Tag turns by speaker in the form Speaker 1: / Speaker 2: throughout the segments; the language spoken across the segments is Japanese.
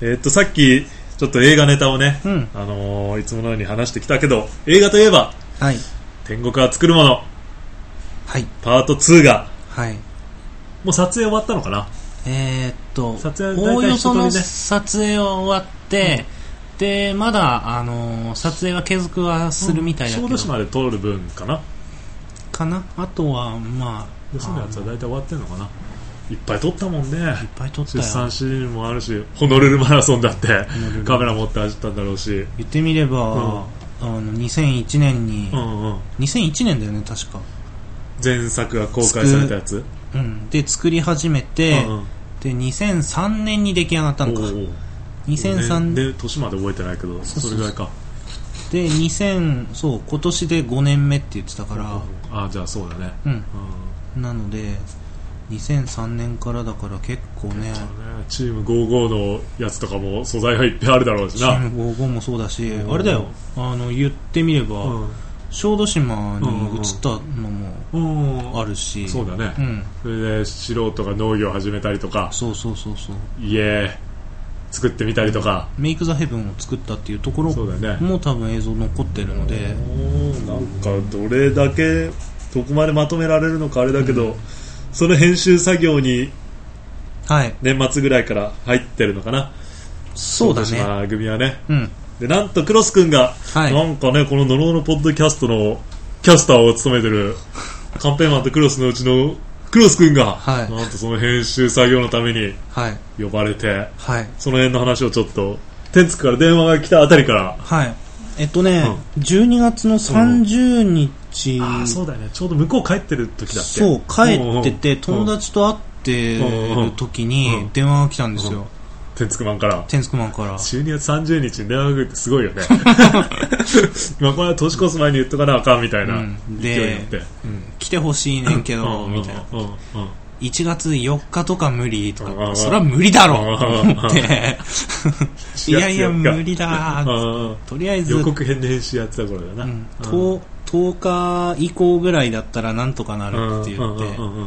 Speaker 1: えーっと、さっき、ちょっと映画ネタをね、
Speaker 2: うん
Speaker 1: あのーいつものように話してきたけど、映画といえば、
Speaker 2: はい
Speaker 1: 天国は作るもの、
Speaker 2: はい
Speaker 1: パート2が、
Speaker 2: はい
Speaker 1: もう撮影終わったのかな
Speaker 2: えーっと
Speaker 1: 撮影は大
Speaker 2: おお
Speaker 1: 体
Speaker 2: よ
Speaker 1: 一通
Speaker 2: そ
Speaker 1: りね
Speaker 2: の撮影は終わって、でまだ、あのー撮影は継続はするみたいだけ
Speaker 1: 小
Speaker 2: ど、
Speaker 1: 豆島で通る分かな
Speaker 2: かなあとはまあ
Speaker 1: 吉野のやつ
Speaker 2: あ
Speaker 1: は
Speaker 2: のいっ
Speaker 1: 大体終わってんのかないっぱい撮ったもんね
Speaker 2: ぱい撮った
Speaker 1: 出産
Speaker 2: よ
Speaker 1: シーンもあるしホノルルマラソンだって
Speaker 2: ノルル
Speaker 1: カメラ持って走ったんだろうし
Speaker 2: 言ってみれば、あの2001年に、
Speaker 1: うんうん
Speaker 2: 2001年だよね確か、
Speaker 1: 前作が公開されたやつ
Speaker 2: うん、で作り始め
Speaker 1: うん
Speaker 2: て、
Speaker 1: うん
Speaker 2: で2003年に出来上がったのか
Speaker 1: おうおう
Speaker 2: 2003
Speaker 1: ね
Speaker 2: で
Speaker 1: で年まで覚えてないけど
Speaker 2: そうそうそ
Speaker 1: そ
Speaker 2: う
Speaker 1: れぐらいか
Speaker 2: 2000そう今年で5年目って言ってたか
Speaker 1: あ
Speaker 2: ら
Speaker 1: あじゃあそうだね
Speaker 2: うん
Speaker 1: うん
Speaker 2: なので2003年からだから結構ね
Speaker 1: チーム55のやつとかも素材がいっぱいあるだろうし
Speaker 2: チ
Speaker 1: な
Speaker 2: ーム55もそうだし
Speaker 1: うん
Speaker 2: あれだよあの言ってみれば、
Speaker 1: う
Speaker 2: 小豆島に移ったのも
Speaker 1: んうん
Speaker 2: あるし、
Speaker 1: そうだね
Speaker 2: うん、
Speaker 1: それで素人が農業を始めたりとか
Speaker 2: そうそうそうそう
Speaker 1: 家作ってみたりとか、
Speaker 2: メイク・ザ・ヘブンを作ったっていうところ
Speaker 1: そうだよね
Speaker 2: も多分映像残ってるので
Speaker 1: なんかどれだけどこまでまとめられるのかあれだけど、その編集作業に
Speaker 2: はい
Speaker 1: 年末ぐらいから入ってるのかな
Speaker 2: そうだ
Speaker 1: 小豆
Speaker 2: ね
Speaker 1: 島組はね
Speaker 2: うん
Speaker 1: でなんとクロス君が、
Speaker 2: はい
Speaker 1: なんかねこの「ノロノロポッドキャスト」のキャスターを務めてるカンペーマンとクロスのうちのクロス君が、
Speaker 2: はい
Speaker 1: なんとその編集作業のために
Speaker 2: はい
Speaker 1: 呼ばれて
Speaker 2: はい
Speaker 1: その辺の話をちょっと天竺から電話が来たあたりから
Speaker 2: はいえっとね、12月の30日、
Speaker 1: あーそうだよねちょうど向こう帰ってる時だっけ
Speaker 2: そう帰って
Speaker 1: う
Speaker 2: て
Speaker 1: んうん
Speaker 2: 友達と会ってる時
Speaker 1: う
Speaker 2: に
Speaker 1: ん
Speaker 2: 電話が来たんです
Speaker 1: うん
Speaker 2: よ
Speaker 1: 天竺マンから
Speaker 2: 天竺マンから
Speaker 1: 12月30日に電話が来るってすごいよね まあこれは年越す前に言っとかなあかんみたいな
Speaker 2: うんで
Speaker 1: 勢いになって、
Speaker 2: 来てほしいねんけ
Speaker 1: うん
Speaker 2: どみたいな
Speaker 1: うんうんうん
Speaker 2: 1月4日とか無理と
Speaker 1: うんう
Speaker 2: か
Speaker 1: ん
Speaker 2: それは無理だろうと
Speaker 1: うん
Speaker 2: 思って いやいや
Speaker 1: 4日
Speaker 2: 無理だー
Speaker 1: うんうん
Speaker 2: とりあえず
Speaker 1: 予告編で編集やってた頃だよな、
Speaker 2: うん、10, 10日以降ぐらいだったらなんとかなるって言って、
Speaker 1: うんうんうんうん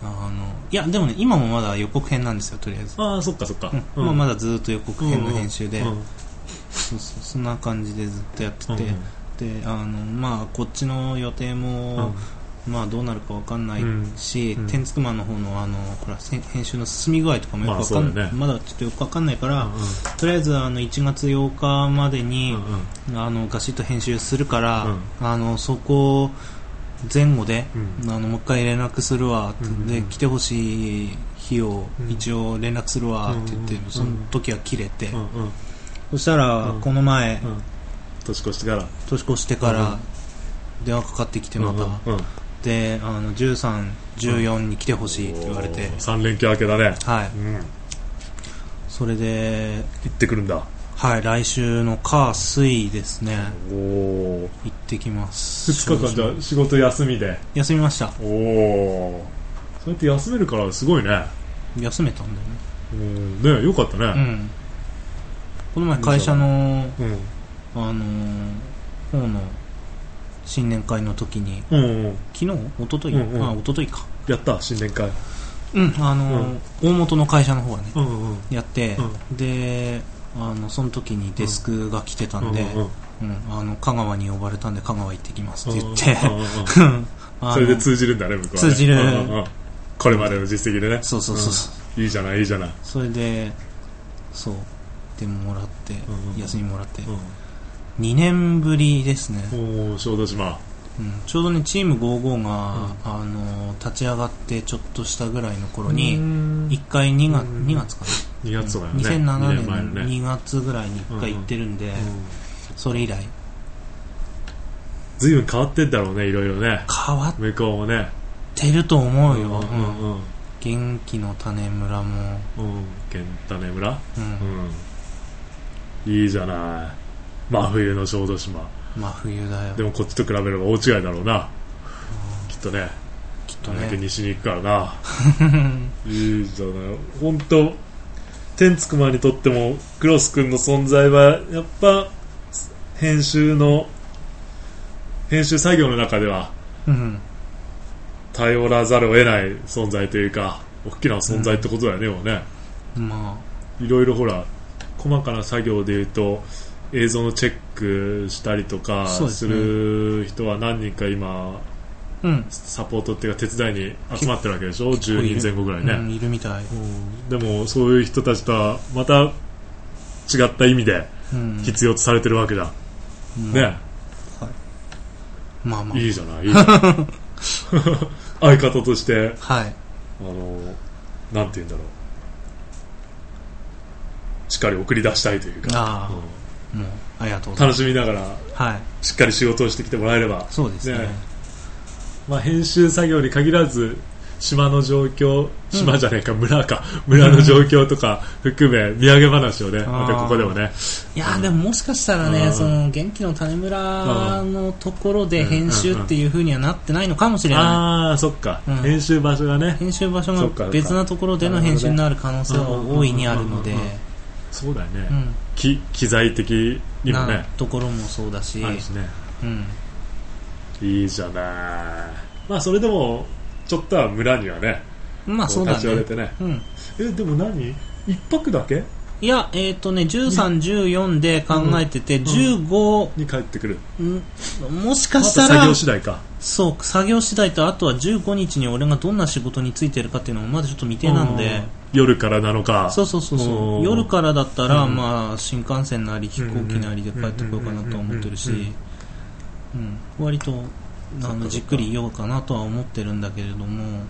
Speaker 2: あのいやでもね今もまだ予告編なんですよとりあえず、
Speaker 1: ああそっかそっか、
Speaker 2: うんまあ、まだずっと予告編の編集で、
Speaker 1: うんうん
Speaker 2: そうそうそんな感じでずっとやってて、
Speaker 1: うん
Speaker 2: であのまあこっちの予定も、まあどうなるかわかんないし、
Speaker 1: うんうん
Speaker 2: 天竺マンの方のあのほらせん編集の進み具合とかもよくわか
Speaker 1: まあ
Speaker 2: ん、
Speaker 1: そうだよね
Speaker 2: まだちょっとよくわかんないから、とりあえずあの1月8日までに、
Speaker 1: うんうん
Speaker 2: あのガシッと編集するから、
Speaker 1: うん
Speaker 2: あのそこ前後で、
Speaker 1: う
Speaker 2: あのもう一回連絡するわ、
Speaker 1: うん
Speaker 2: で来てほしい日を
Speaker 1: うん
Speaker 2: 一応連絡するわって言って、
Speaker 1: うん
Speaker 2: その時は切れて、
Speaker 1: うんうんうん
Speaker 2: そしたら
Speaker 1: うん
Speaker 2: この前、
Speaker 1: うん年越してから
Speaker 2: 年越してから電話かかってきてまた、
Speaker 1: うんうん
Speaker 2: であの13、14に来てほしいって言われて、
Speaker 1: 3連休明けだね、
Speaker 2: はい、
Speaker 1: うん、行
Speaker 2: それで、
Speaker 1: ってくるんだ
Speaker 2: はい、来週の火、水ですね
Speaker 1: おお
Speaker 2: 行ってきます
Speaker 1: 2日間じゃあ仕事休みで
Speaker 2: 休みました
Speaker 1: おおそうやって休めるからすごいね
Speaker 2: 休めたんだよね
Speaker 1: うんねよかった
Speaker 2: う
Speaker 1: ね
Speaker 2: ん、この前会社の、
Speaker 1: うん
Speaker 2: あのー方の新年会の時に
Speaker 1: うんうん
Speaker 2: 昨日一昨日、
Speaker 1: うんうん
Speaker 2: あ一昨日か、
Speaker 1: やった新年会
Speaker 2: うんあのー大元の会社の方がね
Speaker 1: うんうんうん
Speaker 2: やって、であのその時にデスクが来てたんで、
Speaker 1: うんうん
Speaker 2: うんあの香川に呼ばれたんで香川行ってきますって言って、
Speaker 1: うん うんうんうん
Speaker 2: あの
Speaker 1: それで通じるんだね向こうはね
Speaker 2: 通じる
Speaker 1: うんうんうんこれまでの実績でね
Speaker 2: そうそうそうそう、
Speaker 1: いいじゃないいいじゃない
Speaker 2: それでそうでももらって、
Speaker 1: んうん
Speaker 2: 休みもらって、
Speaker 1: う
Speaker 2: 2年ぶりですね、
Speaker 1: んおお小豆島
Speaker 2: うんちょうどねチーム55が、あの立ち上がってちょっとしたぐらいの頃に、
Speaker 1: 2
Speaker 2: 1回2月
Speaker 1: うん
Speaker 2: 2月か
Speaker 1: 月とか
Speaker 2: な、
Speaker 1: よね2
Speaker 2: 2007
Speaker 1: 前の
Speaker 2: 年の
Speaker 1: ね
Speaker 2: 2月ぐらいに1回行ってるんで、
Speaker 1: うん
Speaker 2: それ以来
Speaker 1: 随分変わってんだろうねいろいろね
Speaker 2: 変わっ
Speaker 1: 向こうもね
Speaker 2: てると思うよ、
Speaker 1: う
Speaker 2: うん
Speaker 1: んうん
Speaker 2: 元気の種村も、
Speaker 1: うん健太ね村
Speaker 2: うん
Speaker 1: うんいいじゃない真冬の小豆島
Speaker 2: 真冬だよ
Speaker 1: でもこっちと比べれば大違いだろうなきっとね
Speaker 2: きっと
Speaker 1: どんだけ
Speaker 2: ね
Speaker 1: 西に行くから ないいじゃない本当天竺マンにとってもクロス君の存在はやっぱ編集の編集作業の中では
Speaker 2: うん
Speaker 1: 頼らざるを得ない存在というか大きな存在ってことだよね、もうね
Speaker 2: ま
Speaker 1: いろいろほら細かな作業でいうと映像のチェックしたりとか
Speaker 2: そうですすね
Speaker 1: る人は何人か今
Speaker 2: うん
Speaker 1: サポートっていうか手伝いに集まってるわけでしょ10人前後ぐらいね、
Speaker 2: うんいるみたい、
Speaker 1: うんでもそういう人たちとはまた違った意味で
Speaker 2: うん
Speaker 1: 必要とされてるわけだ、
Speaker 2: うん
Speaker 1: ね
Speaker 2: まあまあ
Speaker 1: いいじゃないいいじゃない相方として
Speaker 2: はい
Speaker 1: あのなんて言うんだろうしっかり送り出したいというか、
Speaker 2: あ
Speaker 1: う
Speaker 2: あもうありがとうんございま
Speaker 1: 楽しみながら
Speaker 2: すはい
Speaker 1: しっかり仕事をしてきてもらえれば、
Speaker 2: そうですね
Speaker 1: ねまあ、編集作業に限らず島の状況島じゃねえか、村か村の状況とか含め土産話をねまたここでもね
Speaker 2: いやーでももしかしたらね
Speaker 1: うん
Speaker 2: その元気の種村のところで
Speaker 1: うん
Speaker 2: 編集っていう風にはなってないのかもしれな
Speaker 1: ああーそっか、
Speaker 2: うん
Speaker 1: 編集場所がね
Speaker 2: い編集場所
Speaker 1: そっかそっ
Speaker 2: が
Speaker 1: か
Speaker 2: 別なところでの編集になる可能性は大いにあるので
Speaker 1: うんうんうんそうだよね、
Speaker 2: うん
Speaker 1: き機材的にも
Speaker 2: な
Speaker 1: ね
Speaker 2: ところもそうだし
Speaker 1: あるしね
Speaker 2: うん
Speaker 1: いいじゃないまあそれでもちょっとは村にはね
Speaker 2: まあ
Speaker 1: こ
Speaker 2: そううだ
Speaker 1: 立ち寄れ
Speaker 2: ね
Speaker 1: てね
Speaker 2: うん
Speaker 1: えでも何一泊だけ
Speaker 2: いやえっとね1314で考えてて15
Speaker 1: に帰ってくる
Speaker 2: んもし
Speaker 1: ま
Speaker 2: か
Speaker 1: た
Speaker 2: した
Speaker 1: 作
Speaker 2: ら
Speaker 1: 業次第か
Speaker 2: そう作業次第とあとは15日に俺がどんな仕事に就いてるかっていうのもまだちょっと未定なん
Speaker 1: う
Speaker 2: で
Speaker 1: ん夜からなのか
Speaker 2: そうそうそうそ
Speaker 1: おー
Speaker 2: う夜からだったら、
Speaker 1: うん
Speaker 2: まあ、新幹線なり飛行機なりで帰ってこようかなとは思ってるし、
Speaker 1: う
Speaker 2: うん
Speaker 1: うんうんうん
Speaker 2: ん、割とあ
Speaker 1: そっか
Speaker 2: のじっくりいようかなとは思ってるんだけれども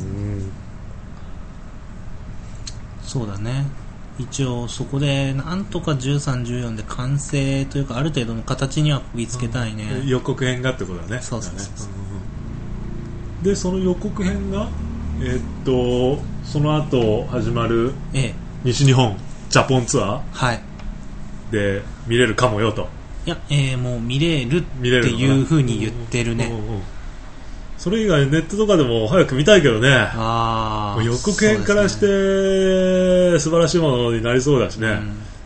Speaker 1: うん
Speaker 2: そうだね一応そこでなんとか1314で完成というかある程度の形にはこぎつけたいね、
Speaker 1: 予告編がってことだね
Speaker 2: そうそうそうそう
Speaker 1: だねうんうんでその予告編がえーっとその後始まる
Speaker 2: ええ
Speaker 1: 西日本ジャポンツア
Speaker 2: はい
Speaker 1: ーで見れるかもよと
Speaker 2: いや、ええもう見れる
Speaker 1: 見れるのかな
Speaker 2: っていう風に言ってるね
Speaker 1: うんうんうんそれ以外ネットとかでも早く見たいけどね
Speaker 2: あ
Speaker 1: も
Speaker 2: あ
Speaker 1: う予告編からして素晴らしいものになりそうだしね、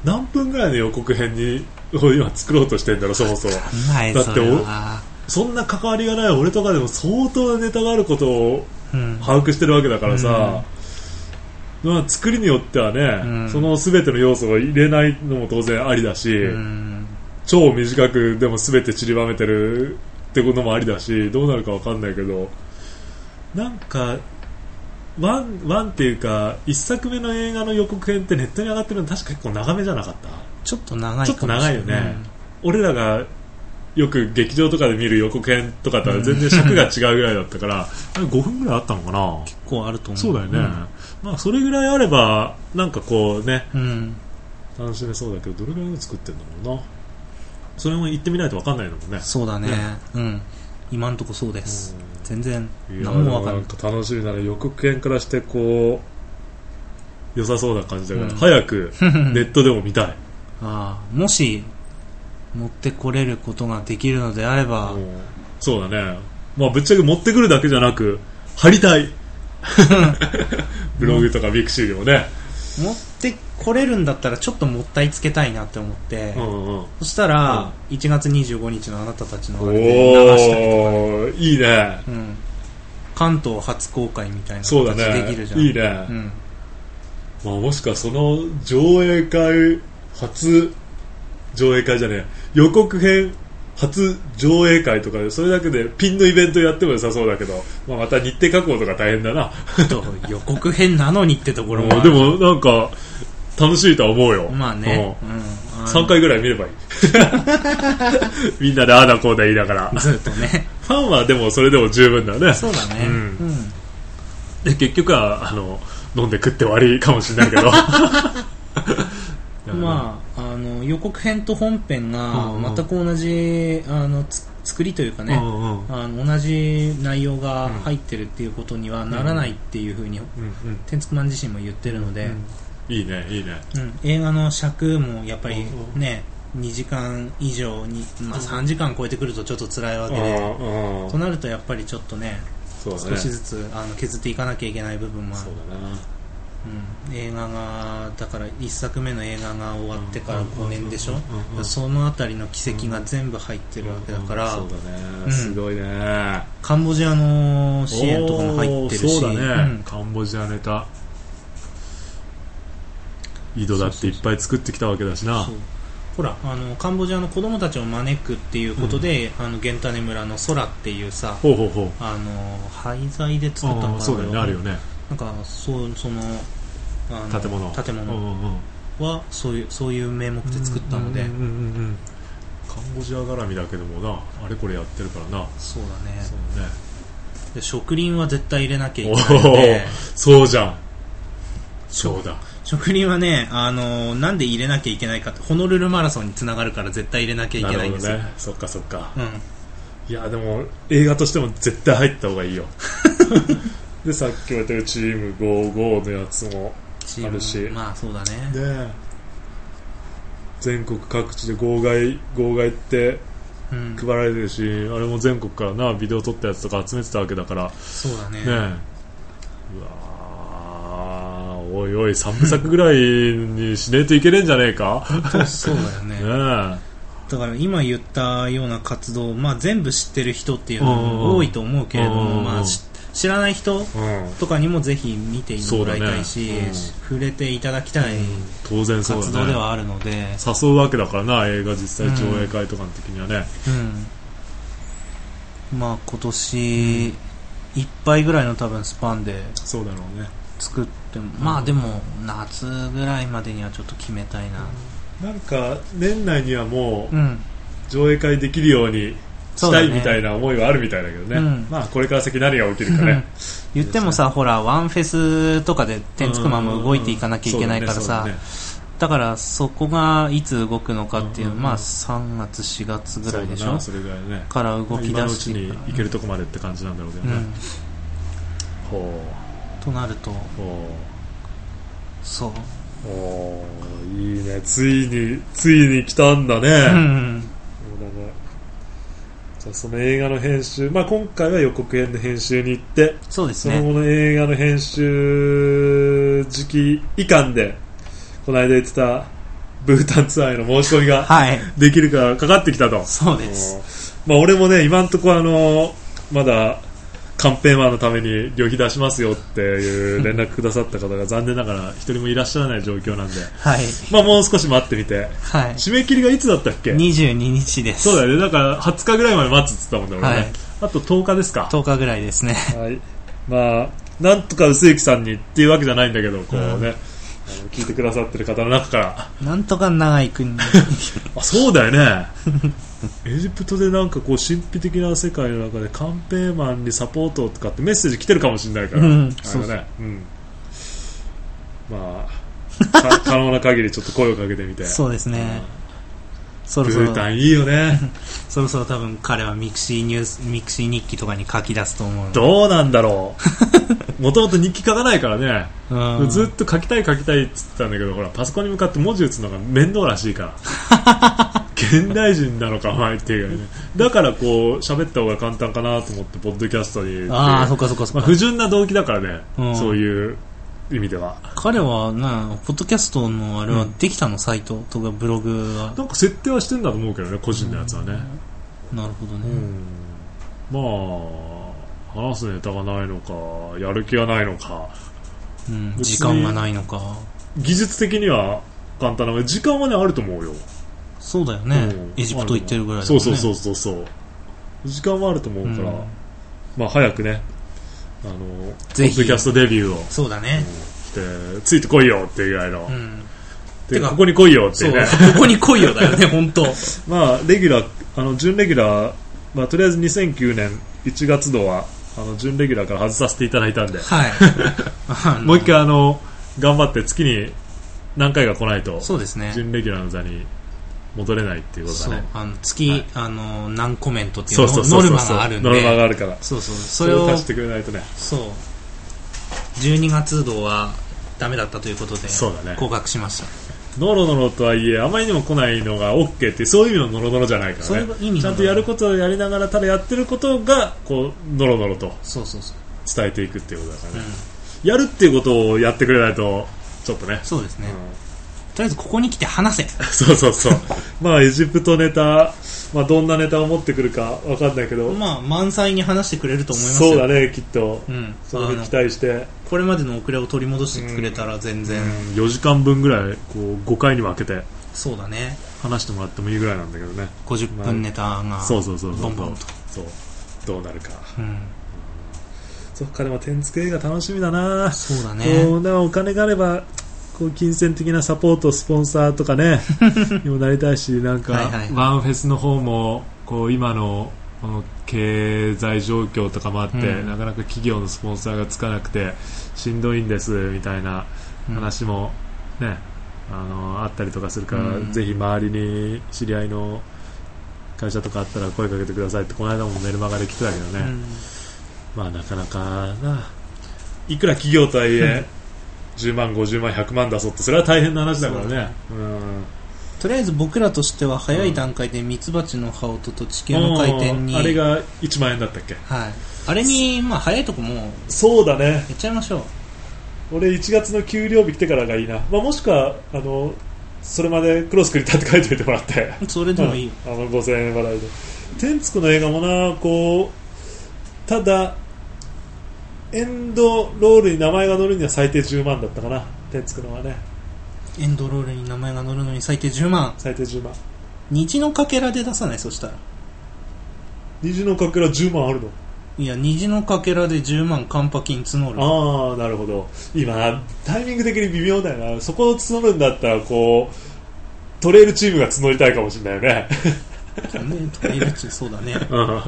Speaker 1: 何分ぐらいの予告編にを今作ろうとしてんだろうそもそも
Speaker 2: 前
Speaker 1: だって
Speaker 2: それは
Speaker 1: そんな関わりがない俺とかでも相当なネタがあることを
Speaker 2: うん
Speaker 1: 把握してるわけだからさ、まあ、作りによってはね、
Speaker 2: うん
Speaker 1: その全ての要素を入れないのも当然ありだし、
Speaker 2: うん
Speaker 1: 超短くでも全て散りばめてるってこともありだしどうなるかわかんないけどなんかワンワンっていうか一作目の映画の予告編ってネットに上がってるの確か結構長めじゃなかった
Speaker 2: ちょっと長い
Speaker 1: ちょっと長いよね
Speaker 2: うん
Speaker 1: 俺らがよく劇場とかで見る予告編とかとは全然尺が違うぐらいだったから、あれ5分ぐらいあったのかな
Speaker 2: 結構あると思う
Speaker 1: そうだよね、まあそれぐらいあればなんかこうね
Speaker 2: うん、うん
Speaker 1: 楽しめそうだけどどれぐらいの作ってるんだろうなそれも行ってみないとわかんないのもね
Speaker 2: そうだね
Speaker 1: ね
Speaker 2: うん今んとこそうです
Speaker 1: うん
Speaker 2: 全然
Speaker 1: いや
Speaker 2: 何もわかん
Speaker 1: な
Speaker 2: なんい
Speaker 1: か楽しみなら予告編からしてこう良さそうな感じだから、
Speaker 2: うん
Speaker 1: 早くネットでも見たい
Speaker 2: ああもし持ってこれることができるのであれば、
Speaker 1: うんそうだね、まあ、ぶっちゃけ持ってくるだけじゃなく貼りた いブログとかビクシーでもね、
Speaker 2: 持ってこれるんだったらちょっともったいつけたいなって思って、
Speaker 1: うんうん、
Speaker 2: そしたら、1月25日のあなたたちの
Speaker 1: お
Speaker 2: あれで流したりとかね、
Speaker 1: おーいいね
Speaker 2: うん、関東初公開みたいな
Speaker 1: そうだね
Speaker 2: できるじゃん
Speaker 1: いいね、
Speaker 2: うん、
Speaker 1: まあ、もしかその上映会初上映会じゃねえ予告編初上映会とかでそれだけでピンのイベントやっても良さそうだけど、まあ、また日程確保とか大変だな
Speaker 2: と予告編なのにってところもあ
Speaker 1: もう
Speaker 2: る
Speaker 1: でもなんか楽しいとは思うよ
Speaker 2: まあね、
Speaker 1: う
Speaker 2: うんん、あの
Speaker 1: 3回ぐらい見ればいい みんなでああだこうだ言いながら
Speaker 2: ずっとね
Speaker 1: ファンはでも それでも十分だよね
Speaker 2: そうだね
Speaker 1: う
Speaker 2: うんん、
Speaker 1: で結局はあの飲んで食って終わりかもしれないけど
Speaker 2: まああの予告編と本編
Speaker 1: う
Speaker 2: が
Speaker 1: んうん
Speaker 2: 全く同じあのつ作りというか
Speaker 1: う
Speaker 2: ね、
Speaker 1: んうん
Speaker 2: あの同じ内容が入ってるっていうことにはならないっていうふうに
Speaker 1: うんうん
Speaker 2: 天竺マン自身も言ってるので、
Speaker 1: いいねいいね
Speaker 2: うん映画の尺もやっぱり
Speaker 1: うんうん
Speaker 2: ね2時間以上に、まあ、3時間超えてくるとちょっと辛いわけで、
Speaker 1: ああ
Speaker 2: となるとやっぱりちょっとね
Speaker 1: そうだ
Speaker 2: 少
Speaker 1: ね
Speaker 2: し
Speaker 1: そう
Speaker 2: ずつあの削っていかなきゃいけない部分もある
Speaker 1: だな
Speaker 2: うん、映画がだから1作目の映画が終わってから
Speaker 1: うん
Speaker 2: 5年でしょ、
Speaker 1: うんうんうん
Speaker 2: そのあたりの軌跡が全部入ってるわけだから、
Speaker 1: そうだ
Speaker 2: う
Speaker 1: ね
Speaker 2: ん
Speaker 1: すごいね
Speaker 2: カンボジアの支援とかも入ってるし
Speaker 1: おーそうだね
Speaker 2: ん
Speaker 1: カンボジアネタ井戸だっていっぱい作ってきたわけだしな
Speaker 2: そうほらあのカンボジアの子供たちを招くっていうことで、あのゲンタネ村の空っていうさ
Speaker 1: ほうほうほう
Speaker 2: あの廃材で作ったのか
Speaker 1: あ
Speaker 2: な
Speaker 1: あそうだよ
Speaker 2: これ
Speaker 1: ね
Speaker 2: は
Speaker 1: あるよね
Speaker 2: なんかそうそのあの
Speaker 1: 建物
Speaker 2: 建
Speaker 1: うん
Speaker 2: 物
Speaker 1: うんうん
Speaker 2: はそういうそういう名目で作ったので、
Speaker 1: うんうんうんうんカンボジア絡みだけどもなあれこれやってるからな
Speaker 2: そうだね
Speaker 1: そうね
Speaker 2: で植林は絶対入れなきゃいけないので
Speaker 1: そうじゃんそうだ
Speaker 2: 植林はねあのなんで入れなきゃいけないかってホノルルマラソンにつながるから絶対入れなきゃい
Speaker 1: な
Speaker 2: け
Speaker 1: る
Speaker 2: ないん
Speaker 1: ほ
Speaker 2: です
Speaker 1: ど
Speaker 2: よ、
Speaker 1: ねそっかそっか
Speaker 2: うん
Speaker 1: いやでも映画としても絶対入った方が いいよでさっき言われたようにチーム55のやつも
Speaker 2: チーム
Speaker 1: あるし
Speaker 2: まあそうだね
Speaker 1: ね全国各地で号外号外って
Speaker 2: うん
Speaker 1: 配られてるしあれも全国からなビデオ撮ったやつとか集めてたわけだから
Speaker 2: そうだね
Speaker 1: ねえうわーおいおい3部作ぐらいにしねえといけねえんじゃねえか
Speaker 2: そうそうだよね
Speaker 1: ねえ
Speaker 2: だから今言ったような活動、まあ、全部知ってる人っていうのも多いと思うけれど
Speaker 1: うんうんう
Speaker 2: も、
Speaker 1: ん
Speaker 2: まあ、し知らない人
Speaker 1: うん
Speaker 2: とかにもぜひ見てもらいたいし、
Speaker 1: そうだねうん
Speaker 2: 触れていただきたい
Speaker 1: 当然そうだね
Speaker 2: 活動ではあるので、
Speaker 1: 誘うわけだからな映画実際上映会とかの時にはね、
Speaker 2: うんまあ、今年いっぱいぐらいの多分スパンで
Speaker 1: そうだろうね
Speaker 2: 作っても、まあでも夏ぐらいまでにはちょっと決めたいな、
Speaker 1: なんか年内にはもう
Speaker 2: うん、
Speaker 1: 上映会できるように
Speaker 2: そ
Speaker 1: し
Speaker 2: うだ
Speaker 1: た
Speaker 2: ね
Speaker 1: いみたいな思いはあるみたいだけどね、
Speaker 2: うん
Speaker 1: まあこれから先何が起きるか ね
Speaker 2: 言ってもさ、ほら、ワンフェスとかで天竺マンも動いていかなきゃいけないからさ、
Speaker 1: うんうんうん
Speaker 2: だからそこがいつ動くのかっていう、
Speaker 1: うんうんうん
Speaker 2: まあ3月4月ぐ
Speaker 1: そうだ
Speaker 2: らい
Speaker 1: ね
Speaker 2: でし
Speaker 1: そうだ
Speaker 2: ょ
Speaker 1: なそれぐらいだね
Speaker 2: から動き
Speaker 1: 今の
Speaker 2: 出
Speaker 1: うち
Speaker 2: して
Speaker 1: に行けるとこまでって感じなんだろうけど
Speaker 2: う
Speaker 1: ね、
Speaker 2: ん、
Speaker 1: ほ
Speaker 2: となると
Speaker 1: うほ
Speaker 2: そう、
Speaker 1: うほういいねついについに来たんだね、
Speaker 2: うん、
Speaker 1: そうだねじゃあその映画の編集、まあ、今回は予告編の編集に行って
Speaker 2: そうです
Speaker 1: その
Speaker 2: ね
Speaker 1: 後の映画の編集時期以下でこの間言ってたブータンツアーへの申し込みが
Speaker 2: はい
Speaker 1: できるからかかってきたと
Speaker 2: そうです
Speaker 1: まあ、俺もね今のところあのまだカンペーマンのために旅費出しますよっていう連絡くださった方が残念ながら一人もいらっしゃらない状況なんで、
Speaker 2: はい
Speaker 1: まあ、もう少し待ってみて
Speaker 2: はい
Speaker 1: 締め切りがいつだったっけ
Speaker 2: 22日です
Speaker 1: そうだよねだから20日ぐらいまで待つって言ったもんね俺ね、
Speaker 2: はい
Speaker 1: あと10日ですか
Speaker 2: 10日ぐらい ですね
Speaker 1: はい、まあなんとか薄幸さんにっていうわけじゃないんだけどこうね、
Speaker 2: うん
Speaker 1: あの聞いてくださってる方の中から
Speaker 2: なんとか長井君に
Speaker 1: あそうだよね エジプトでなんかこう神秘的な世界の中でカンペーマンにサポートをとかってメッセージ来てるかもしれないから、
Speaker 2: うん
Speaker 1: あれは
Speaker 2: そうそ
Speaker 1: ね、うん、まあか 可能な限りちょっと声をかけてみて
Speaker 2: そうですねそ
Speaker 1: うん
Speaker 2: ろ
Speaker 1: ブ
Speaker 2: そろ
Speaker 1: ータンいいよね
Speaker 2: そろそろ多分彼はミクシーニュースミクシー日記とかに書き出すと思うので
Speaker 1: どうなんだろうもともと日記書かないからね
Speaker 2: うん
Speaker 1: ずっと書きたい書きたいっつってたんだけどほらパソコンに向かって文字打つのが面倒らしいから 現代人なのかお前っていうねだからこう喋った方が簡単かなと思ってポッドキャストにっていう
Speaker 2: ああそっかそっかそ
Speaker 1: ま
Speaker 2: っ
Speaker 1: あ、
Speaker 2: か、
Speaker 1: 不純な動機だからね、
Speaker 2: うん
Speaker 1: そういう意味では
Speaker 2: 彼はな、ポッドキャストのあれはできたの、サイトとかブログは。
Speaker 1: なんか設定はしてんだと思うけどね個人のやつはね
Speaker 2: なるほど
Speaker 1: う
Speaker 2: ね。
Speaker 1: んまあ話すネタがないのかやる気がないのか
Speaker 2: うん、
Speaker 1: 別に
Speaker 2: 時間がないのか。
Speaker 1: 技術的には簡単なので時間はねあると思うよ
Speaker 2: そうだよね
Speaker 1: うん。
Speaker 2: エジプト行ってるぐらいだ、
Speaker 1: そ
Speaker 2: ね。
Speaker 1: うそうそうそうそう時間はあると思う
Speaker 2: うん
Speaker 1: から、まあ早くねあの
Speaker 2: ぜひ
Speaker 1: ポッドキャストデビューを
Speaker 2: そうだね。
Speaker 1: してついてこいよっていうぐらいの、
Speaker 2: うん。
Speaker 1: で
Speaker 2: てか
Speaker 1: ここに来いよって
Speaker 2: そ、
Speaker 1: いううね
Speaker 2: ここに来いよ だよね、本当。
Speaker 1: まあレギュラーあの準レギュラー、まあ、とりあえず2009年1月度はあの準レギュラーから外させていただいたんで
Speaker 2: はい。あの
Speaker 1: もう一。回あの頑張って月に何回か来ないと
Speaker 2: そうですね。
Speaker 1: 準レギュラーの座に戻れないっていうこと
Speaker 2: そ
Speaker 1: だ
Speaker 2: う
Speaker 1: ね。
Speaker 2: あの月、
Speaker 1: はい
Speaker 2: あの、何コメントっていう
Speaker 1: そう
Speaker 2: の
Speaker 1: そうそ
Speaker 2: ノ
Speaker 1: うそ
Speaker 2: ル
Speaker 1: う
Speaker 2: マがあるんで。
Speaker 1: ノルマがあるから
Speaker 2: そうそう。そ
Speaker 1: そ
Speaker 2: れ
Speaker 1: れを
Speaker 2: を、
Speaker 1: 足してくれないとね
Speaker 2: そう。12月度はダメだったということで、
Speaker 1: そうだね
Speaker 2: 降格しました。
Speaker 1: ノロノロとはいえあまりにも来ないのが OK ってそういう意味のノロノロじゃないか
Speaker 2: そ
Speaker 1: ら
Speaker 2: れ
Speaker 1: ね
Speaker 2: が意味
Speaker 1: ち
Speaker 2: な
Speaker 1: ゃ
Speaker 2: の
Speaker 1: んとやることをやりながらただやってることがこうノロノロと
Speaker 2: そうそうそう。
Speaker 1: 伝えていくっていうことだからね、
Speaker 2: うん。
Speaker 1: やるっていうことをやってくれないとちょっとね、
Speaker 2: そう ですね。
Speaker 1: うん
Speaker 2: とりあえずここに来て話せ。
Speaker 1: そうそうそうまあエジプトネタまあ、どんなネタを持ってくるかわかんないけど、
Speaker 2: まあ、満載に話してくれると思いますよ。
Speaker 1: そうだねきっと、
Speaker 2: うん。
Speaker 1: その
Speaker 2: あ
Speaker 1: 辺
Speaker 2: の
Speaker 1: 期待して、
Speaker 2: これまでの遅れを取り戻してくれたら全然、
Speaker 1: 4時間分ぐらいこう5回に分けて
Speaker 2: そうだね。
Speaker 1: 話してもらってもいいぐらいなんだけどね
Speaker 2: 50分ネタが、
Speaker 1: そうそうそうそう
Speaker 2: ボンボンと。
Speaker 1: そうどうなるか
Speaker 2: うん。
Speaker 1: そっかでも天竺映画楽しみだな
Speaker 2: そうだ
Speaker 1: こ
Speaker 2: ね。
Speaker 1: うなお金があればこう金銭的なサポートスポンサーとか ねにもなりたいしなんか
Speaker 2: はいはい
Speaker 1: ワンフェスの方もこう今のこの経済状況とかもあって、
Speaker 2: うん
Speaker 1: なかなか企業のスポンサーがつかなくてしんどいんですみたいな話も、ねあのあったりとかするから、
Speaker 2: うん
Speaker 1: ぜひ周りに知り合いの会社とかあったら声かけてくださいってこの間もメルマガで来てたけどね、
Speaker 2: うん
Speaker 1: まあなかなかないくら企業とはい え10万、50万、100万出そうってそれは大変な話だから
Speaker 2: そうだ
Speaker 1: ね
Speaker 2: ね
Speaker 1: うん
Speaker 2: とりあえず僕らとしては早い段階でミツバチの羽音と地球の回転に、
Speaker 1: あれが1万円だったっけ
Speaker 2: はい、あれに、まあ、早いとこもうや
Speaker 1: そうだね
Speaker 2: っちゃいましょう
Speaker 1: 俺1月の給料日来てからがいいな、まあ、もしくはあのそれまでクロスクリタって書いておいてもらって
Speaker 2: それでもいいよ、
Speaker 1: うんあの5000円払いで天竺の映画もなこうただエンドロールに名前が載るには最低10万だったかな天竺のはね
Speaker 2: エンドロールに名前が載るのに最低10万
Speaker 1: 最低10万
Speaker 2: 虹のかけらで出さないそしたら
Speaker 1: 虹のかけら10万あるの
Speaker 2: いや虹のかけらで10万カンパ金募る
Speaker 1: ああなるほど今タイミング的に微妙だよなそこを募るんだったらこうトレイルチームが募りたいかもしれないよね
Speaker 2: とかねとかいるっちそうだね
Speaker 1: うん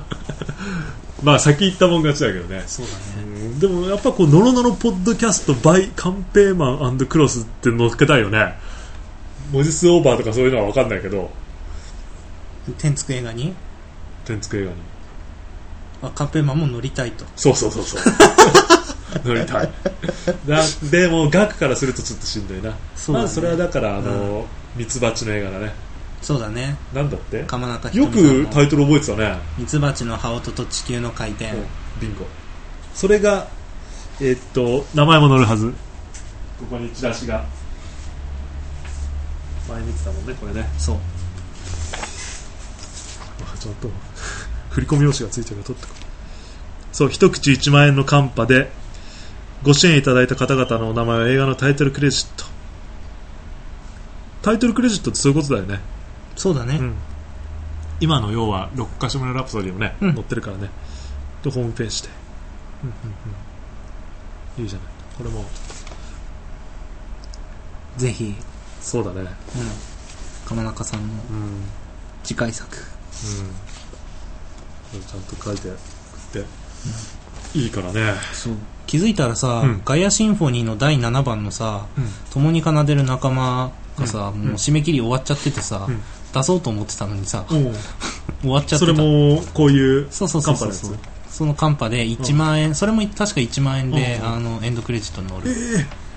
Speaker 1: まあ先行ったもん勝ちだけどね
Speaker 2: そうだね
Speaker 1: でもやっぱこうノロノロポッドキャスト by カンペーマンクロスって乗っけたいよね文字数オーバーとかそういうのは分かんないけど
Speaker 2: 天竺映画に
Speaker 1: 天竺映画に
Speaker 2: あカンペーマンも乗りたいと
Speaker 1: そうそうそうそう 乗りたいだでも額からするとちょっとしんどいな
Speaker 2: そうだね
Speaker 1: まあそれはだからあの、ミツバチの映画だね
Speaker 2: そうだね
Speaker 1: なんだって
Speaker 2: 鎌中ひと
Speaker 1: よ
Speaker 2: みさんも
Speaker 1: くタイトル覚えてたね、
Speaker 2: ミツバチの羽音と地球の回転
Speaker 1: ビンゴそれがえーっと名前も載るはずここにチラシが前見てたもんねこれね
Speaker 2: そう
Speaker 1: あちゃんと振り込み用紙がついてるから取ってこうそう一口1万円のカンパでご支援いただいた方々のお名前は映画のタイトルクレジットタイトルクレジットってそういうことだよね、
Speaker 2: そうだね、
Speaker 1: うん今の要は六ヶ所村ラプソディもね、
Speaker 2: うん
Speaker 1: 載ってるからねでホームページで、うんうんうん、いいじゃないこれも
Speaker 2: ぜひ、うん、
Speaker 1: そうだね
Speaker 2: 鎌中さんの
Speaker 1: うん
Speaker 2: 次回作
Speaker 1: うん、ちゃんと書いて送って、いいからね
Speaker 2: そう気づいたらさ、
Speaker 1: うん
Speaker 2: ガイアシンフォニーの第7番のさ、
Speaker 1: うん
Speaker 2: 共に奏でる仲間がさ、
Speaker 1: うん
Speaker 2: もう締め切り終わっちゃっててさ、
Speaker 1: うん
Speaker 2: 出そうと思ってたのにさ、終わっちゃっ
Speaker 1: そ
Speaker 2: て
Speaker 1: れ
Speaker 2: た
Speaker 1: もこういう
Speaker 2: そうそうそうそ
Speaker 1: カ
Speaker 2: う
Speaker 1: ンパ
Speaker 2: そ
Speaker 1: のや
Speaker 2: のカンパで1万円、それも確か1万円で、
Speaker 1: うん
Speaker 2: あのエンドクレジットに乗る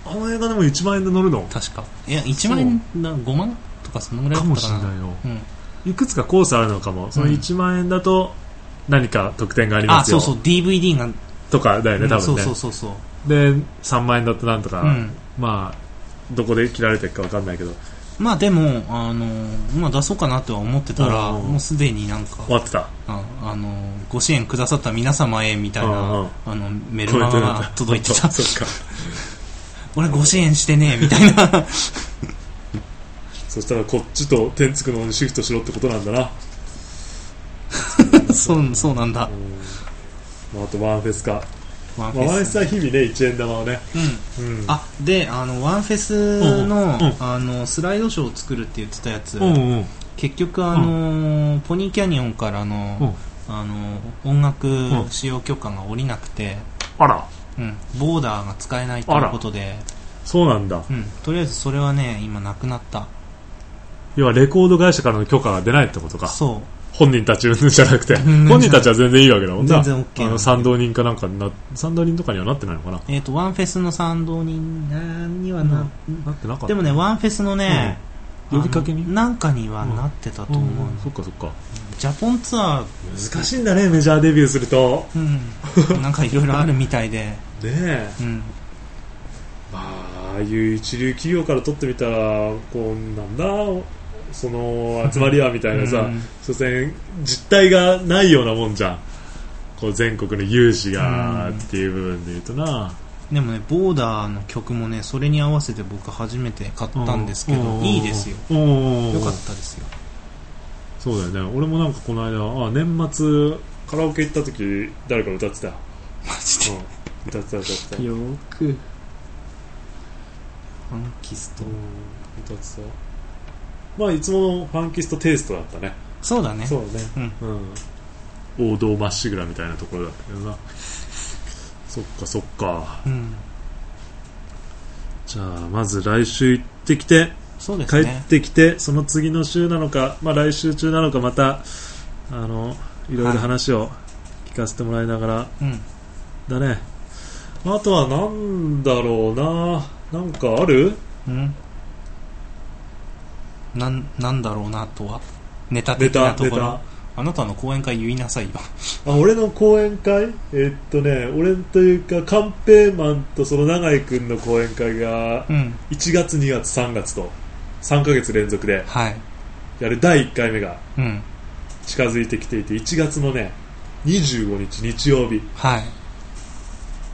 Speaker 1: あの映画でも1万円で乗るの
Speaker 2: 確かいや1万円な5万とかそのぐらい
Speaker 1: か
Speaker 2: だっ
Speaker 1: も
Speaker 2: たか
Speaker 1: し
Speaker 2: な
Speaker 1: れないよ
Speaker 2: うん、
Speaker 1: いくつかコースあるのかもその1万円だと何か特典がありま
Speaker 2: あ
Speaker 1: すよ
Speaker 2: そうそう DVD が、
Speaker 1: とかだよね
Speaker 2: うん
Speaker 1: 多分
Speaker 2: そう
Speaker 1: ね
Speaker 2: そうそうそう
Speaker 1: で3万円だとなんとか、
Speaker 2: うん
Speaker 1: まあどこで切られてるか分かんないけど
Speaker 2: まあでも、あのまあ、出そうかなとは思ってたら、
Speaker 1: うん
Speaker 2: もうすでになんか、
Speaker 1: 終わってた
Speaker 2: ああのご支援くださった皆様へみたいな、
Speaker 1: うんうん
Speaker 2: あのメルマガが届いて た
Speaker 1: そっか
Speaker 2: 俺ご支援してねみたいな
Speaker 1: そしたらこっちと天竺の方にシフトしろってことなんだな
Speaker 2: そうそうなんだ
Speaker 1: まあ、あとワンフェスか、
Speaker 2: ワンフ
Speaker 1: まあ、ワンフ
Speaker 2: ェ
Speaker 1: ェ
Speaker 2: ス、
Speaker 1: スは日々ね1円玉をね、
Speaker 2: うん、
Speaker 1: うん、
Speaker 2: あであのワンフェスの,、
Speaker 1: うんうん
Speaker 2: あのスライドショーを作るって言ってたや
Speaker 1: う
Speaker 2: つ、
Speaker 1: んうん
Speaker 2: 結局あの、ポニーキャニオンからの,、
Speaker 1: うん
Speaker 2: あの音楽
Speaker 1: うん
Speaker 2: 使用許可が下りなくて、
Speaker 1: あら
Speaker 2: うん、ボーダーが使えないということで
Speaker 1: そうなんだ
Speaker 2: うん、とりあえずそれはね今なくなった
Speaker 1: 要はレコード会社からの許可が出ないってことか
Speaker 2: そ
Speaker 1: 本人たち云々じゃなくて
Speaker 2: 々
Speaker 1: 本人たちは全然いいわけだもんな
Speaker 2: 全然 OK
Speaker 1: あの賛同人かなんかにな賛同人とかにはなってないのかな
Speaker 2: う、えっとワンフェスの賛同人なんにはな、
Speaker 1: なってなかった
Speaker 2: でもねワンフェスのね、
Speaker 1: うん呼びかけに
Speaker 2: あのなんかにはなってたと
Speaker 1: う
Speaker 2: 思
Speaker 1: ん
Speaker 2: う、
Speaker 1: うんそっかそっか
Speaker 2: ジャポンツアー
Speaker 1: 難しいんだねメジャーデビューすると
Speaker 2: うん、なんかいろいろあるみたいで、
Speaker 1: ねえ
Speaker 2: うん、
Speaker 1: まあああいう一流企業から取ってみたらこうなんだその集まりはみたいなさ、
Speaker 2: うん
Speaker 1: 所詮実態がないようなもんじゃんこう全国の有志がっ
Speaker 2: うん
Speaker 1: ていう部分で言うとな、
Speaker 2: でもねボーダーの曲もねそれに合わせて僕初めて買ったんですけどいいですよ
Speaker 1: よ
Speaker 2: よかったですよ
Speaker 1: そうだよね俺もなんかこの間あ年末カラオケ行った時誰か歌ってた、うん、
Speaker 2: マジ
Speaker 1: 歌ってた歌 ってた
Speaker 2: でよくファンキスト
Speaker 1: 歌ってたまあいつものファンキストテイストだったね
Speaker 2: そうだね
Speaker 1: そうだね、うん王道まっしぐらみたいなところだったけどなそっかそっか
Speaker 2: うん
Speaker 1: じゃあまず来週行ってきて
Speaker 2: そうです
Speaker 1: 帰
Speaker 2: ね
Speaker 1: ってきて、その次の週なのか、まあ、来週中なのかまたあのいろいろ話を聞かせてもらいながら、
Speaker 2: うん
Speaker 1: だねあとはなんだろうななんかある
Speaker 2: うんなんなんだろうなとはネタ
Speaker 1: ネ
Speaker 2: 的な
Speaker 1: タ
Speaker 2: と
Speaker 1: ネ
Speaker 2: ころ
Speaker 1: タ
Speaker 2: あなたの講演会言いなさいよ
Speaker 1: あ俺の講演会えっとね俺というかカンペーマンとその永井君の講演会が
Speaker 2: うん
Speaker 1: 1月2月3月と3ヶ月連続で
Speaker 2: はい
Speaker 1: やる第1回目が
Speaker 2: うん
Speaker 1: 近づいてきていて1月のね25日日曜日
Speaker 2: はい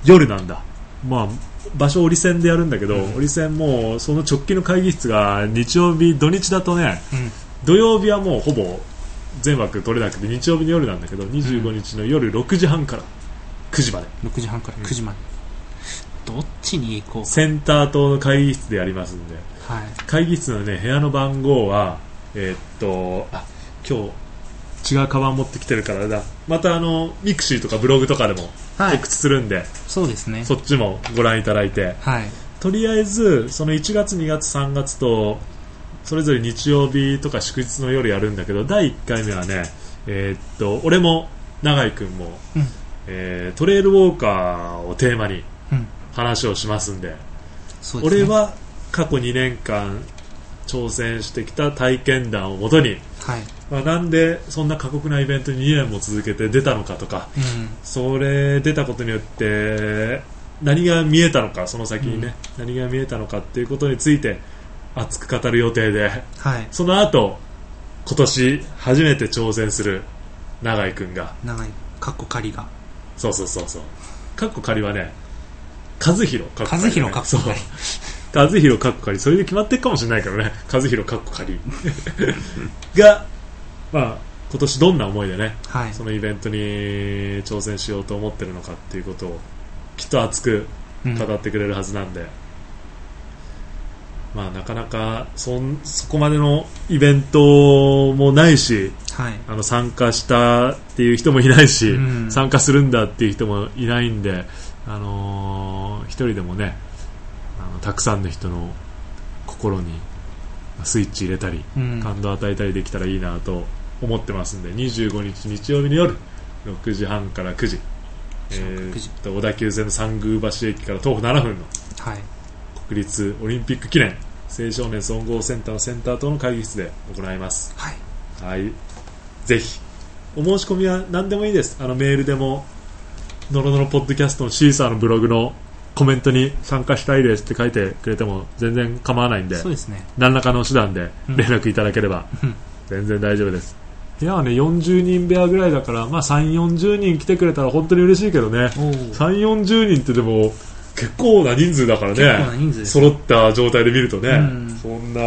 Speaker 1: 夜なんだまあ場所折り線でやるんだけど、
Speaker 2: うん
Speaker 1: 折り線もうその直近の会議室が日曜日土日だとね
Speaker 2: うん
Speaker 1: 土曜日はもうほぼ全枠取れなくて日曜日の夜なんだけど25日の夜6時半から9時まで
Speaker 2: 6時半から9時まで、どっちに行こう
Speaker 1: センター棟の会議室でやりますんで
Speaker 2: かはい
Speaker 1: 会議室のね部屋の番号はえーっとあ今日違うカバン持ってきてるからだまたあのミクシーとかブログとかでも
Speaker 2: はい
Speaker 1: 告知するんで、
Speaker 2: そうですね
Speaker 1: そっちもご覧いただいて
Speaker 2: はい
Speaker 1: とりあえずその1月2月3月とそれぞれ日曜日とか祝日の夜やるんだけど第1回目はね、えーっと俺も永井君も、
Speaker 2: うん
Speaker 1: えートレイルウォーカーをテーマに
Speaker 2: うん
Speaker 1: 話をしますんで
Speaker 2: そうですね
Speaker 1: 俺は過去2年間挑戦してきた体験談をもとに、
Speaker 2: はい
Speaker 1: まあ、なんでそんな過酷なイベントに2年も続けて出たのかとか
Speaker 2: う
Speaker 1: それ出たことによって何が見えたのかその先にね、何が見えたのかっていうことについて熱く語る予定で
Speaker 2: んはい
Speaker 1: その後今年初めて挑戦する永井君が
Speaker 2: 長いカッコ仮が
Speaker 1: そうそうそうそうかっこ仮はね和弘かっこ仮、ね、
Speaker 2: 和弘かっこ仮
Speaker 1: そう和弘かっこ仮それで決まってるかもしれないからね和弘かっこ仮 がまあ今年どんな思いでね
Speaker 2: はい
Speaker 1: そのイベントに挑戦しようと思ってるのかっていうことをきっと熱く
Speaker 2: うん
Speaker 1: 語ってくれるはずなんで、まあなかなかそんそこまでのイベントもないし
Speaker 2: はい
Speaker 1: あの参加したっていう人もいないし、
Speaker 2: うん
Speaker 1: 参加するんだっていう人もいないんで、あのー一人でもねあのたくさんの人の心にスイッチ入れたり
Speaker 2: うん
Speaker 1: 感動を与えたりできたらいいなと思ってますんで25日日曜日の夜6時半から9時えー
Speaker 2: 9時
Speaker 1: っと小田急線の三宮橋駅から徒歩7分の
Speaker 2: はい
Speaker 1: 国立オリンピック記念青少年総合センターのセンターとの会議室で行います
Speaker 2: はい
Speaker 1: はいぜひお申し込みは何でもいいですあのメールでものろのろポッドキャストのシーサーのブログのコメントに参加したいですって書いてくれても全然構わないんで
Speaker 2: そうですね
Speaker 1: 何らかの手段で
Speaker 2: うん
Speaker 1: 連絡いただければ
Speaker 2: うん
Speaker 1: 全然大丈夫です部屋はね40人部屋ぐらいだから、まあ、3 4 0人来てくれたら本当に嬉しいけどね
Speaker 2: おお
Speaker 1: 3 4 0人ってでも結構な人数だから
Speaker 2: 結構な
Speaker 1: ね
Speaker 2: 人数です
Speaker 1: 揃った状態で見るとね、
Speaker 2: うん
Speaker 1: そんな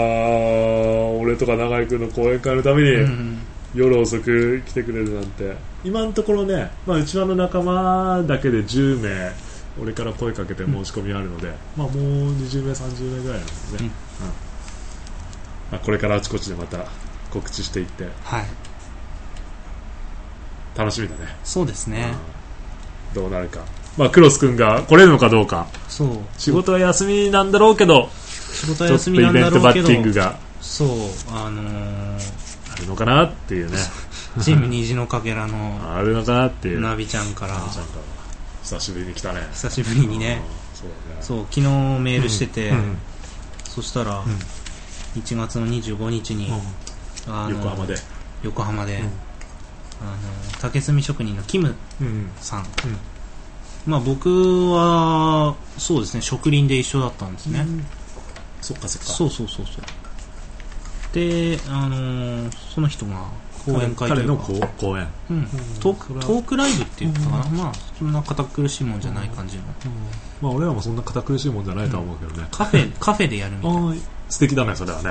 Speaker 1: 俺とか永井君の講演会のために、
Speaker 2: うん
Speaker 1: 夜遅く来てくれるなんて今のところね、まあ、うちわの仲間だけで10名俺から声かけて申し込みあるので、まあ、もう20名、30名ぐらいなんですね、
Speaker 2: うん
Speaker 1: うんまあ、これからあちこちでまた告知していって
Speaker 2: はい
Speaker 1: 楽しみだね
Speaker 2: そうですね
Speaker 1: うんどうなるか、まあ、クロス君が来れるのかどうか
Speaker 2: そう
Speaker 1: 仕事は休みなんだろうけど
Speaker 2: 仕事
Speaker 1: ち
Speaker 2: は
Speaker 1: ょっと
Speaker 2: 休
Speaker 1: イ
Speaker 2: み
Speaker 1: ベ
Speaker 2: なんだ
Speaker 1: ント
Speaker 2: ろう
Speaker 1: バ
Speaker 2: け
Speaker 1: ッ
Speaker 2: ど
Speaker 1: ティングが
Speaker 2: そうあのー
Speaker 1: あるのかなっていうね
Speaker 2: チーム虹のかけらの
Speaker 1: あるのかなっていう
Speaker 2: ナビちゃんから
Speaker 1: ちゃんから久しぶりに来たね
Speaker 2: 久しぶりにね
Speaker 1: うんそうだね
Speaker 2: そう昨日メールしてて、
Speaker 1: うん
Speaker 2: そしたら、
Speaker 1: ん
Speaker 2: 1月の25日に、あの
Speaker 1: 横浜で、
Speaker 2: 横浜で、
Speaker 1: うん
Speaker 2: あの竹炭職人のキム
Speaker 1: うん
Speaker 2: さん、まあ、僕はそうですね植林で一緒だったんですね、
Speaker 1: そっかそっか
Speaker 2: そうそうそうそうで、あのーその人が講演会と
Speaker 3: 彼
Speaker 2: いう
Speaker 3: の
Speaker 2: か
Speaker 3: こう講演
Speaker 2: うん、トーク
Speaker 3: それは
Speaker 2: トークライブっていうのかな、まあそんな堅苦しいもんじゃない感じの
Speaker 3: まあ俺らもそんな堅苦しいもんじゃないとは思うけどね、
Speaker 2: カフェカフェでやるみたいな
Speaker 3: ああ素敵だねそれはね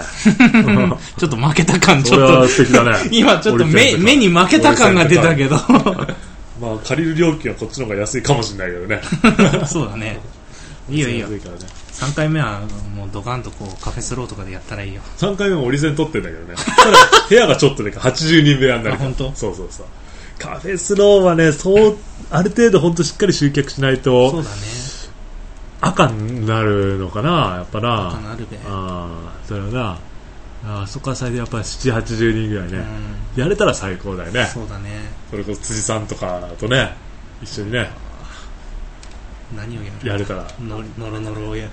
Speaker 2: ちょっと負けた感 ち
Speaker 3: それ
Speaker 2: ょっと
Speaker 3: は素敵だね
Speaker 2: 今ちょっと目目に負けた感が出たけど
Speaker 1: まあ借りる料金はこっちの方が安いかもしれないけどね
Speaker 2: そうだねいいよいいよ
Speaker 3: 安からね
Speaker 2: 3回目はもうドカンとこうカフェスローとかでやったらいいよ
Speaker 1: 3回目も折り線取ってんだけどねただ部屋がちょっとね80人部屋になる
Speaker 2: あ本当
Speaker 1: そうそうそうカフェスローはねそうある程度本当しっかり集客しない
Speaker 2: そ
Speaker 1: と
Speaker 2: うだね
Speaker 3: 赤になるのかなやっぱな
Speaker 2: あなるべ
Speaker 3: ああそれはなああそこは最大やっぱ780人ぐらいね、
Speaker 2: うん
Speaker 3: やれたら最高だよね
Speaker 2: そうだね
Speaker 1: それこそ辻さんとかとね一緒にね
Speaker 2: 何をやる
Speaker 3: やれたら
Speaker 2: ののろのろをや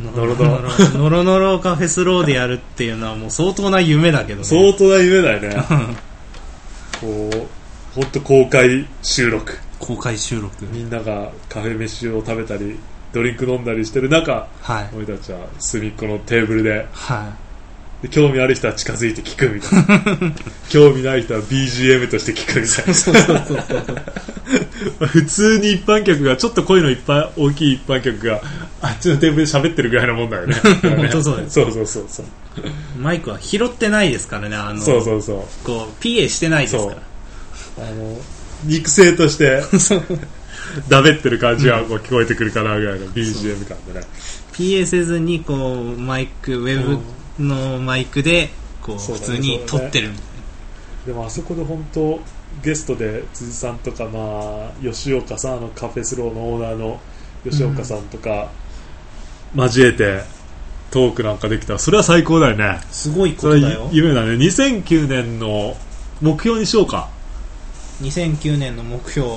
Speaker 2: の
Speaker 1: ろのろ
Speaker 2: のろのろカフェスローでやるっていうのはもう相当な夢だけどね
Speaker 1: 相当な夢だよね こう本当公開収録
Speaker 2: 公開収録
Speaker 1: みんながカフェ飯を食べたりドリンク飲んだりしてる中
Speaker 2: はい
Speaker 1: 俺たちは隅っこのテーブルで
Speaker 2: は
Speaker 1: で興味ある人は近づいて聞くみたいな 興味ない人は BGM として聞くみたい
Speaker 2: いそうそうそうそう
Speaker 1: な普通に一般客がちょっと声のいっぱい大きい一般客があっちのテーブルで喋ってるぐらいのもんだよね
Speaker 2: 本当そうだよ
Speaker 1: そうそうそうそう
Speaker 2: マイクは拾ってないですからねあの
Speaker 1: そうそうそう
Speaker 2: こう PA してないですから
Speaker 1: あの肉声として
Speaker 2: そう
Speaker 1: だべってる感じがこう聞こえてくるかなぐらいの BGM 感でね
Speaker 2: PA せずにこうマイクウェブのマイクでこう
Speaker 1: そう
Speaker 2: 普
Speaker 1: だね
Speaker 2: 通に撮ってるみたい
Speaker 1: でもあそこで本当ゲストで辻さんとか、まあ、吉岡さんあのカフェスローのオーナーの吉岡さんとか、交えてトークなんかできたらそれは最高だよね
Speaker 2: なすごいこ
Speaker 3: そ
Speaker 2: と
Speaker 3: れ
Speaker 2: だ
Speaker 3: は
Speaker 2: よ
Speaker 3: 夢だね2009年の目標にしようか
Speaker 2: 2009年の目標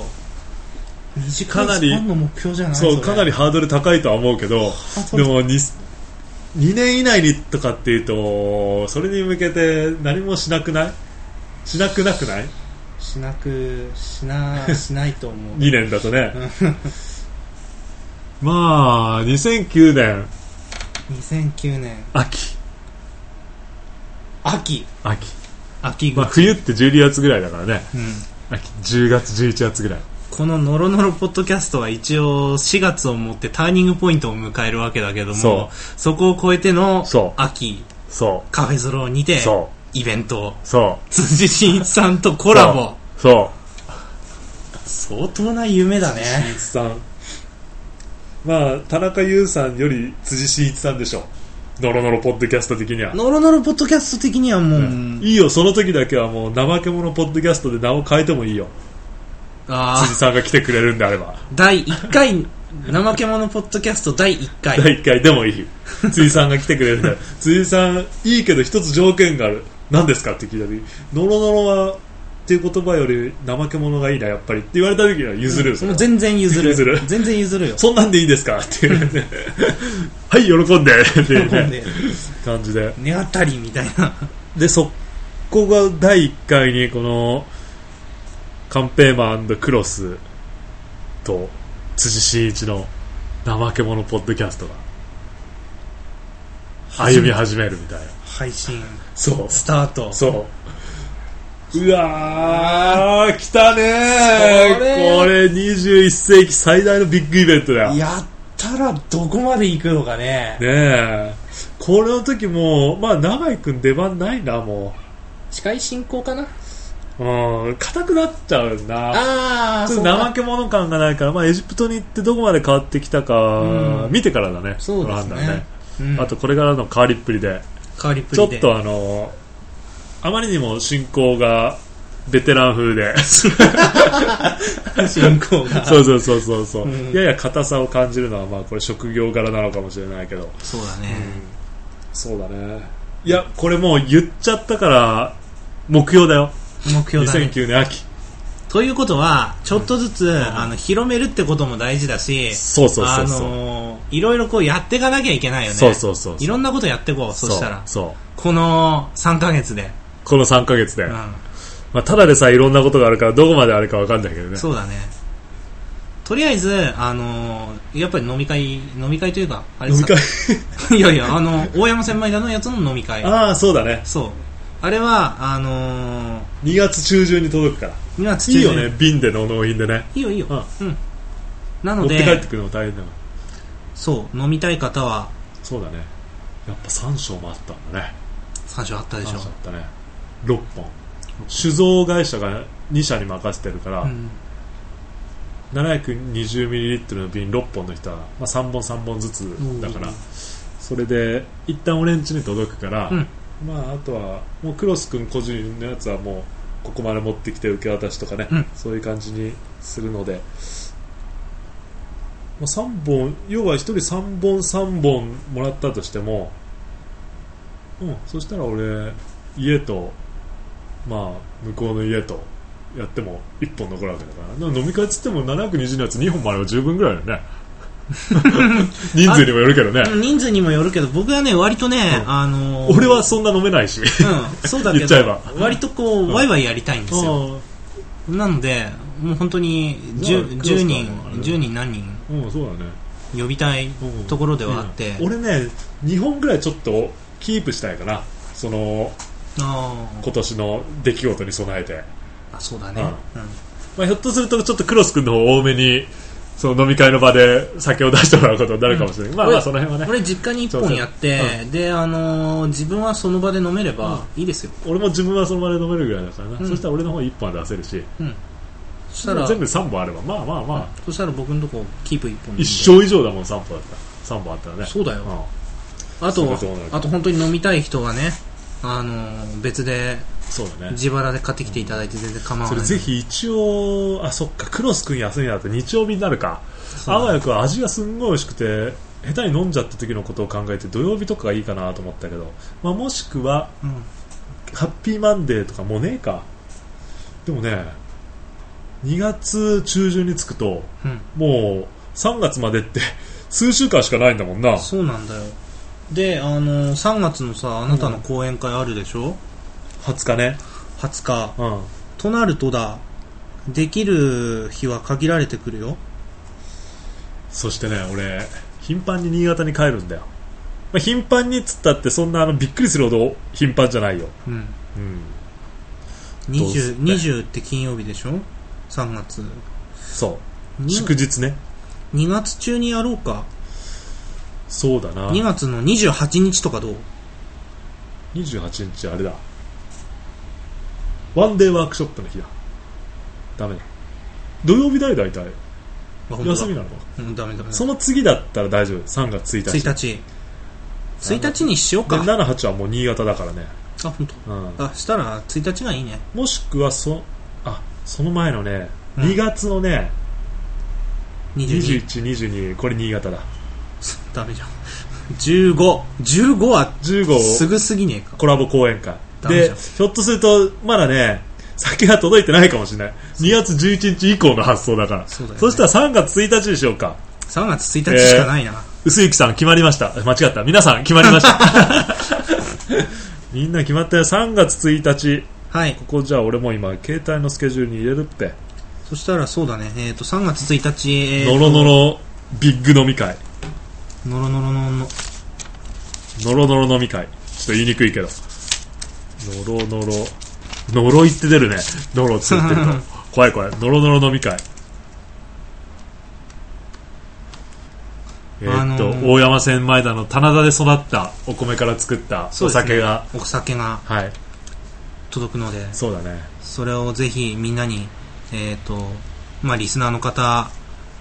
Speaker 2: 短
Speaker 1: か
Speaker 2: い
Speaker 1: な
Speaker 2: ス
Speaker 1: り
Speaker 2: パンの目標じゃない
Speaker 1: そう
Speaker 2: れ
Speaker 1: かなりハードル高いとは思うけど
Speaker 2: そう
Speaker 1: でも 2, 2年以内にとかっていうとそれに向けて何もしなくないしなくなくない
Speaker 2: しなくしな しないと思う
Speaker 1: 2年だとね
Speaker 3: まあ2009年
Speaker 2: 2009年
Speaker 3: 秋
Speaker 2: 秋
Speaker 3: 秋、
Speaker 2: 秋口、
Speaker 3: まあ、冬って12月ぐらいだからね
Speaker 2: うん、
Speaker 3: 秋10月11月ぐらい
Speaker 2: このノロノロポッドキャストは一応4月をもってターニングポイントを迎えるわけだけども
Speaker 3: そ
Speaker 2: そこを超えての
Speaker 3: そう
Speaker 2: 秋
Speaker 3: そ
Speaker 2: カフェスローにて
Speaker 3: うそ
Speaker 2: イベント
Speaker 3: うそ
Speaker 2: 辻真一さんとコラボ
Speaker 3: うそ
Speaker 2: 相当な夢だね
Speaker 1: 辻真一さんまあ田中優さんより辻真一さんでしょノロノロポッドキャスト的には、
Speaker 2: ノロノロポッドキャスト的にはもう、
Speaker 1: いいよその時だけはもう怠け者ポッドキャストで名を変えてもいいよ
Speaker 2: あ
Speaker 1: 辻
Speaker 2: ー
Speaker 1: さんが来てくれるんであれば
Speaker 2: 第1回怠け者ポッドキャスト第1回
Speaker 1: 第1回でもいい辻さんが来てくれるんで辻さんいいけど一つ条件がある何ですかって聞いた時ノロノロはっていう言葉より怠け者がいいなやっぱりって言われた時には譲るよ、それ
Speaker 2: も
Speaker 1: は
Speaker 2: う全然譲る
Speaker 1: 譲る
Speaker 2: 全然譲るよ
Speaker 1: そんなんでいいですかっていう ねはい喜んでっていう
Speaker 2: 喜ん
Speaker 1: ね
Speaker 2: で
Speaker 1: 感じで
Speaker 2: 根当たりみたいな
Speaker 1: でそこが第1回にこのカンペーマンクロスと辻真一の怠け者ポッドキャストが歩み始めるみたいな
Speaker 2: 配信
Speaker 1: そう
Speaker 2: スタート
Speaker 1: そううわー来たねー
Speaker 2: それ
Speaker 1: これ21世紀最大のビッグイベントだよね
Speaker 2: やったらどこまで行くのかね
Speaker 1: えこれの時もうまあ永井君出番ないなも
Speaker 2: 司会進行かな
Speaker 1: ううん硬くなっちゃうな
Speaker 2: ああ
Speaker 1: ちょっと怠け者感がないから、まあ、エジプトに行ってどこまで変わってきたか
Speaker 2: うん
Speaker 1: 見てからだね、
Speaker 2: そうですね
Speaker 1: この判断
Speaker 2: うん、
Speaker 1: あとこれからの変わりっぷりで
Speaker 2: 変わりっぷ
Speaker 1: ちょ
Speaker 2: り
Speaker 1: っ
Speaker 2: で
Speaker 1: とあのあまりにも進行がベテラン風 で
Speaker 2: 進行が
Speaker 1: そうそうそうそうそう、
Speaker 2: うん
Speaker 1: やや硬さを感じるのはまあこれ職業柄なのかもしれないけど
Speaker 2: そうだね、
Speaker 1: そうだねいやこれもう言っちゃったから目標だよ
Speaker 2: 目標だね
Speaker 1: 2009年秋
Speaker 2: ということはちょっとずつ、あの広めるってことも大事だし
Speaker 3: そうそう
Speaker 2: あ
Speaker 3: そうそう、
Speaker 2: のーいろいろこうやっていかなきゃいけないよね
Speaker 3: そうそうそう
Speaker 2: ろんなことやっていこうそしたら
Speaker 3: そうそう
Speaker 2: この3ヶ月で、
Speaker 3: この3ヶ月で、
Speaker 2: うん
Speaker 3: まあ、ただでさえいろんなことがあるからどこまであるかわかんないけどね
Speaker 2: そうだねとりあえず、あのーやっぱり飲み会、飲み会というか、あれ
Speaker 1: 飲み会
Speaker 2: いやいや、あの、大山千枚田のやつの飲み会。
Speaker 1: ああそうだね
Speaker 2: そう。あれは、あのー、
Speaker 1: 2月中旬に届くから
Speaker 2: 2月
Speaker 1: い
Speaker 2: 中
Speaker 1: い
Speaker 2: 旬
Speaker 1: よね。瓶での納品でね
Speaker 2: いいよいいよ。
Speaker 1: あ
Speaker 2: うん。な
Speaker 1: 持
Speaker 2: の
Speaker 1: って帰って
Speaker 2: で、
Speaker 1: くるのも大変だから
Speaker 2: そう、飲みたい方は、
Speaker 1: そうだねやっぱ3章もあったんだね
Speaker 2: 3章あったでし
Speaker 1: 3
Speaker 2: ょ
Speaker 1: 章あ。ったね6本酒造会社が2社に任せてるから、
Speaker 2: うん。
Speaker 1: 720ml の瓶6本の人は、まあ、3本3本ずつだから、
Speaker 2: うん
Speaker 1: それで一旦俺ん家に届くから、
Speaker 2: うん
Speaker 1: まあ、あとはもうクロス君個人のやつはもうここまで持ってきて受け渡しとかね、
Speaker 2: うん
Speaker 1: そういう感じにするので、まあ、3本要は1人3本3本もらったとしても、うん、そしたら俺家と、まあ、向こうの家とやっても1本残るわけだからでも飲み会っつっても720のやつ2本もあれば十分ぐらいだよ ね人数にもよるけどね
Speaker 2: 人数にもよるけど、僕はね、割とね、
Speaker 1: うん
Speaker 2: あのー
Speaker 1: 俺は、そんな飲めないし
Speaker 2: うん、そうだけ
Speaker 1: 言っちゃえ
Speaker 2: ど
Speaker 1: ば、
Speaker 2: 割とこう、
Speaker 1: ん
Speaker 2: ワイワイやりたいんですよ。なので、もう本当に10、
Speaker 1: まあクロス
Speaker 2: 10
Speaker 1: とかもあ
Speaker 2: 人
Speaker 1: れ、だ
Speaker 2: 10人何人
Speaker 1: うん、そうだね、
Speaker 2: 呼びたい
Speaker 1: うん
Speaker 2: ところではあって、
Speaker 1: うん俺ね2本ぐらいちょっとキープしたいかなその
Speaker 2: あー
Speaker 1: 今年の出来事に備えて、
Speaker 2: あ、そうだね。うん
Speaker 1: まあ、ひょっとするとちょっとクロス君の方多めにその飲み会の場で酒を出してもらうことになるかもしれない、まあまあ
Speaker 2: 俺
Speaker 1: その辺はね
Speaker 2: 俺実家に1本やって
Speaker 1: そうそ、
Speaker 2: で、あのー自分はその場で飲めればいいですよ。
Speaker 1: 俺も自分はその場で飲めるぐらいだからな、
Speaker 2: うん
Speaker 1: そしたら俺の方1本は出せるし
Speaker 2: うん。そしたら、
Speaker 1: 全部3本あればまあまあまあ、
Speaker 2: そしたら僕のとこキープ1本で
Speaker 1: 一生以上だもん3本だったら3本あったらね
Speaker 2: そうだよ。
Speaker 1: う
Speaker 2: あ
Speaker 1: そ
Speaker 2: と
Speaker 1: うそうなる、
Speaker 2: あと本当に飲みたい人はね、あのー別で、
Speaker 1: んそうだね
Speaker 2: 自腹で買ってきていただいて全然構わ
Speaker 1: そ
Speaker 2: な
Speaker 1: れ
Speaker 2: い。
Speaker 1: ぜひ一応あそっかクロス君休みだと日曜日になるか
Speaker 2: そう
Speaker 1: あわやく味がすんごい美味しくて下手に飲んじゃった時のことを考えて土曜日とかがいいかなと思ったけど、まあ、もしくは
Speaker 2: うん
Speaker 1: ハッピーマンデーとかもうねえかでもね2月中旬に着くと
Speaker 2: うん。
Speaker 1: もう3月までって 数週間しかないんだもんな
Speaker 2: そうなんだよ。で、あのー、3月のさ、あなたの講演会あるでしょ
Speaker 1: 20日ね、
Speaker 2: ?20 日。
Speaker 1: うん、
Speaker 2: となるとだ、できる日は限られてくるよ。
Speaker 1: そしてね俺頻繁に新潟に帰るんだよ、まあ、頻繁にっつったってそんなあのびっくりするほど頻繁じゃないよ、
Speaker 2: うん。
Speaker 1: うん、どうすっ
Speaker 2: 20,
Speaker 1: て
Speaker 2: 20って金曜日でしょ ?3 月。
Speaker 1: そう
Speaker 2: に
Speaker 1: 祝日ね
Speaker 2: 2月中にやろうか。
Speaker 1: そうだな
Speaker 2: 2月の28日とかどう
Speaker 1: 28日あれだワンデーワークショップの日だダメだ土曜日だよ大体
Speaker 2: あ本当だ
Speaker 1: 休みなのか
Speaker 2: うん、ダメダメ。
Speaker 1: その次だったら大丈夫3月1日
Speaker 2: 1日。1日にしよう
Speaker 1: で
Speaker 2: か。
Speaker 1: 78はもう新潟だからね、
Speaker 2: あ、本
Speaker 1: うん
Speaker 2: 当。あ、したら1日がいいね。
Speaker 1: もしくはそあその前のね
Speaker 2: うん
Speaker 1: 2月のね、
Speaker 2: 22。
Speaker 1: 2122これ新潟だ
Speaker 2: ダメじゃん。15。15は
Speaker 1: 15
Speaker 2: すぐすぎねえか。
Speaker 1: コラボ講演会
Speaker 2: ダメじ
Speaker 1: で
Speaker 2: ゃん
Speaker 1: ひょっとするとまだね酒が届いてないかもしれない2月11日以降の発送だから
Speaker 2: そうだよね
Speaker 1: したら3月1日にしようか
Speaker 2: 3月1日しかないな。
Speaker 1: 薄幸さん決まりました間違った皆さん決まりました みんな決まったよ3月1日
Speaker 2: はい。
Speaker 1: ここじゃあ俺も今携帯のスケジュールに入れるって
Speaker 2: そしたらそうだね。えっ、と、3月1日、えーと
Speaker 1: ノロノ。ロビッグ飲み会
Speaker 2: ノロノロのの、
Speaker 1: ノロノロ飲み会ちょっと言いにくいけどノロノロ呪いって出るねノロついてると 怖い怖いノロノロ飲み会え
Speaker 2: あ
Speaker 1: ーっ
Speaker 2: の
Speaker 1: と、
Speaker 2: ー
Speaker 1: 大山千枚田の棚田で育ったお米から作ったお酒が、
Speaker 2: お酒が
Speaker 1: はい
Speaker 2: 届くので、
Speaker 1: そうだね
Speaker 2: それをぜひみんなに、えっ、と、まあ、リスナーの方、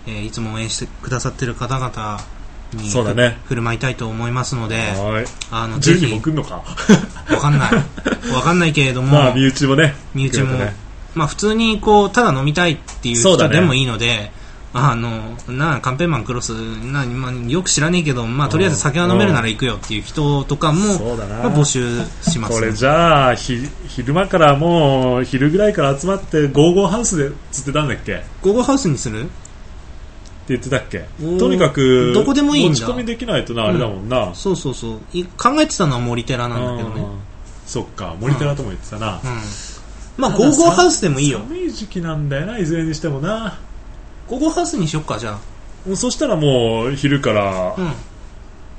Speaker 2: えーいつも応援してくださってる方々に、
Speaker 1: そうだね
Speaker 2: 振る舞いたいと思いますので、
Speaker 1: はい
Speaker 2: あの、ぜ
Speaker 1: 10人も
Speaker 2: ひ、
Speaker 1: 来んのか
Speaker 2: わかんない。わかんないけれども、
Speaker 1: まあ身内もね
Speaker 2: 身内も、
Speaker 1: 来るとね
Speaker 2: まあ普通にこう、ただ飲みたいっていう
Speaker 1: そうだ
Speaker 2: 人
Speaker 1: ね
Speaker 2: でもいいので、あの、なあ、カンペンマンクロス、なあ、まあ、よく知らねえけど、まあとりあえず酒は飲めるなら行くよっていう人とかも、
Speaker 1: そうだな
Speaker 2: まあ募集します。
Speaker 1: これじゃあひ昼間からもう昼ぐらいから集まってゴーゴーハウスでつってたんだっけって
Speaker 2: 午後ハウスにする
Speaker 1: 言ってたっけ
Speaker 2: おー
Speaker 1: とにかく
Speaker 2: どこでもいいんだ
Speaker 1: 持ち込みできないとなあれだもんな、
Speaker 2: そうそうそう。い考えてたのは森寺
Speaker 1: う
Speaker 2: なんだけどね。
Speaker 1: そっか森寺とも言ってたな、
Speaker 2: うん。まあ、ゴーゴーハウスでもいいよ。
Speaker 1: 寒い時期なんだよないずれにしてもな
Speaker 2: 午後ハウスにしよっか、じゃあ。
Speaker 1: もうそしたらもう昼から
Speaker 2: うん。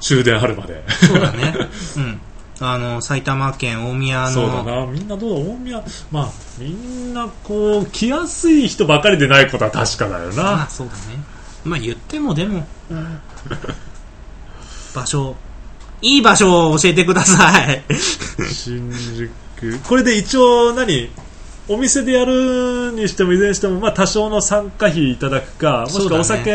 Speaker 1: 終電あるまで、
Speaker 2: そうだ ね。うん。あの、埼玉県大宮の、
Speaker 1: そうだなみんなどうだ大宮まあみんなこう来やすい人ばかりでないことは確かだよ
Speaker 2: ま
Speaker 1: な
Speaker 2: あそうだねまあ言ってもでも、場所いい場所を教えてください
Speaker 1: 新宿これで一応何お店でやるにしてもいずれにしても、まあ、多少の参加費いただくかもしくはお
Speaker 2: そうだ
Speaker 1: 酒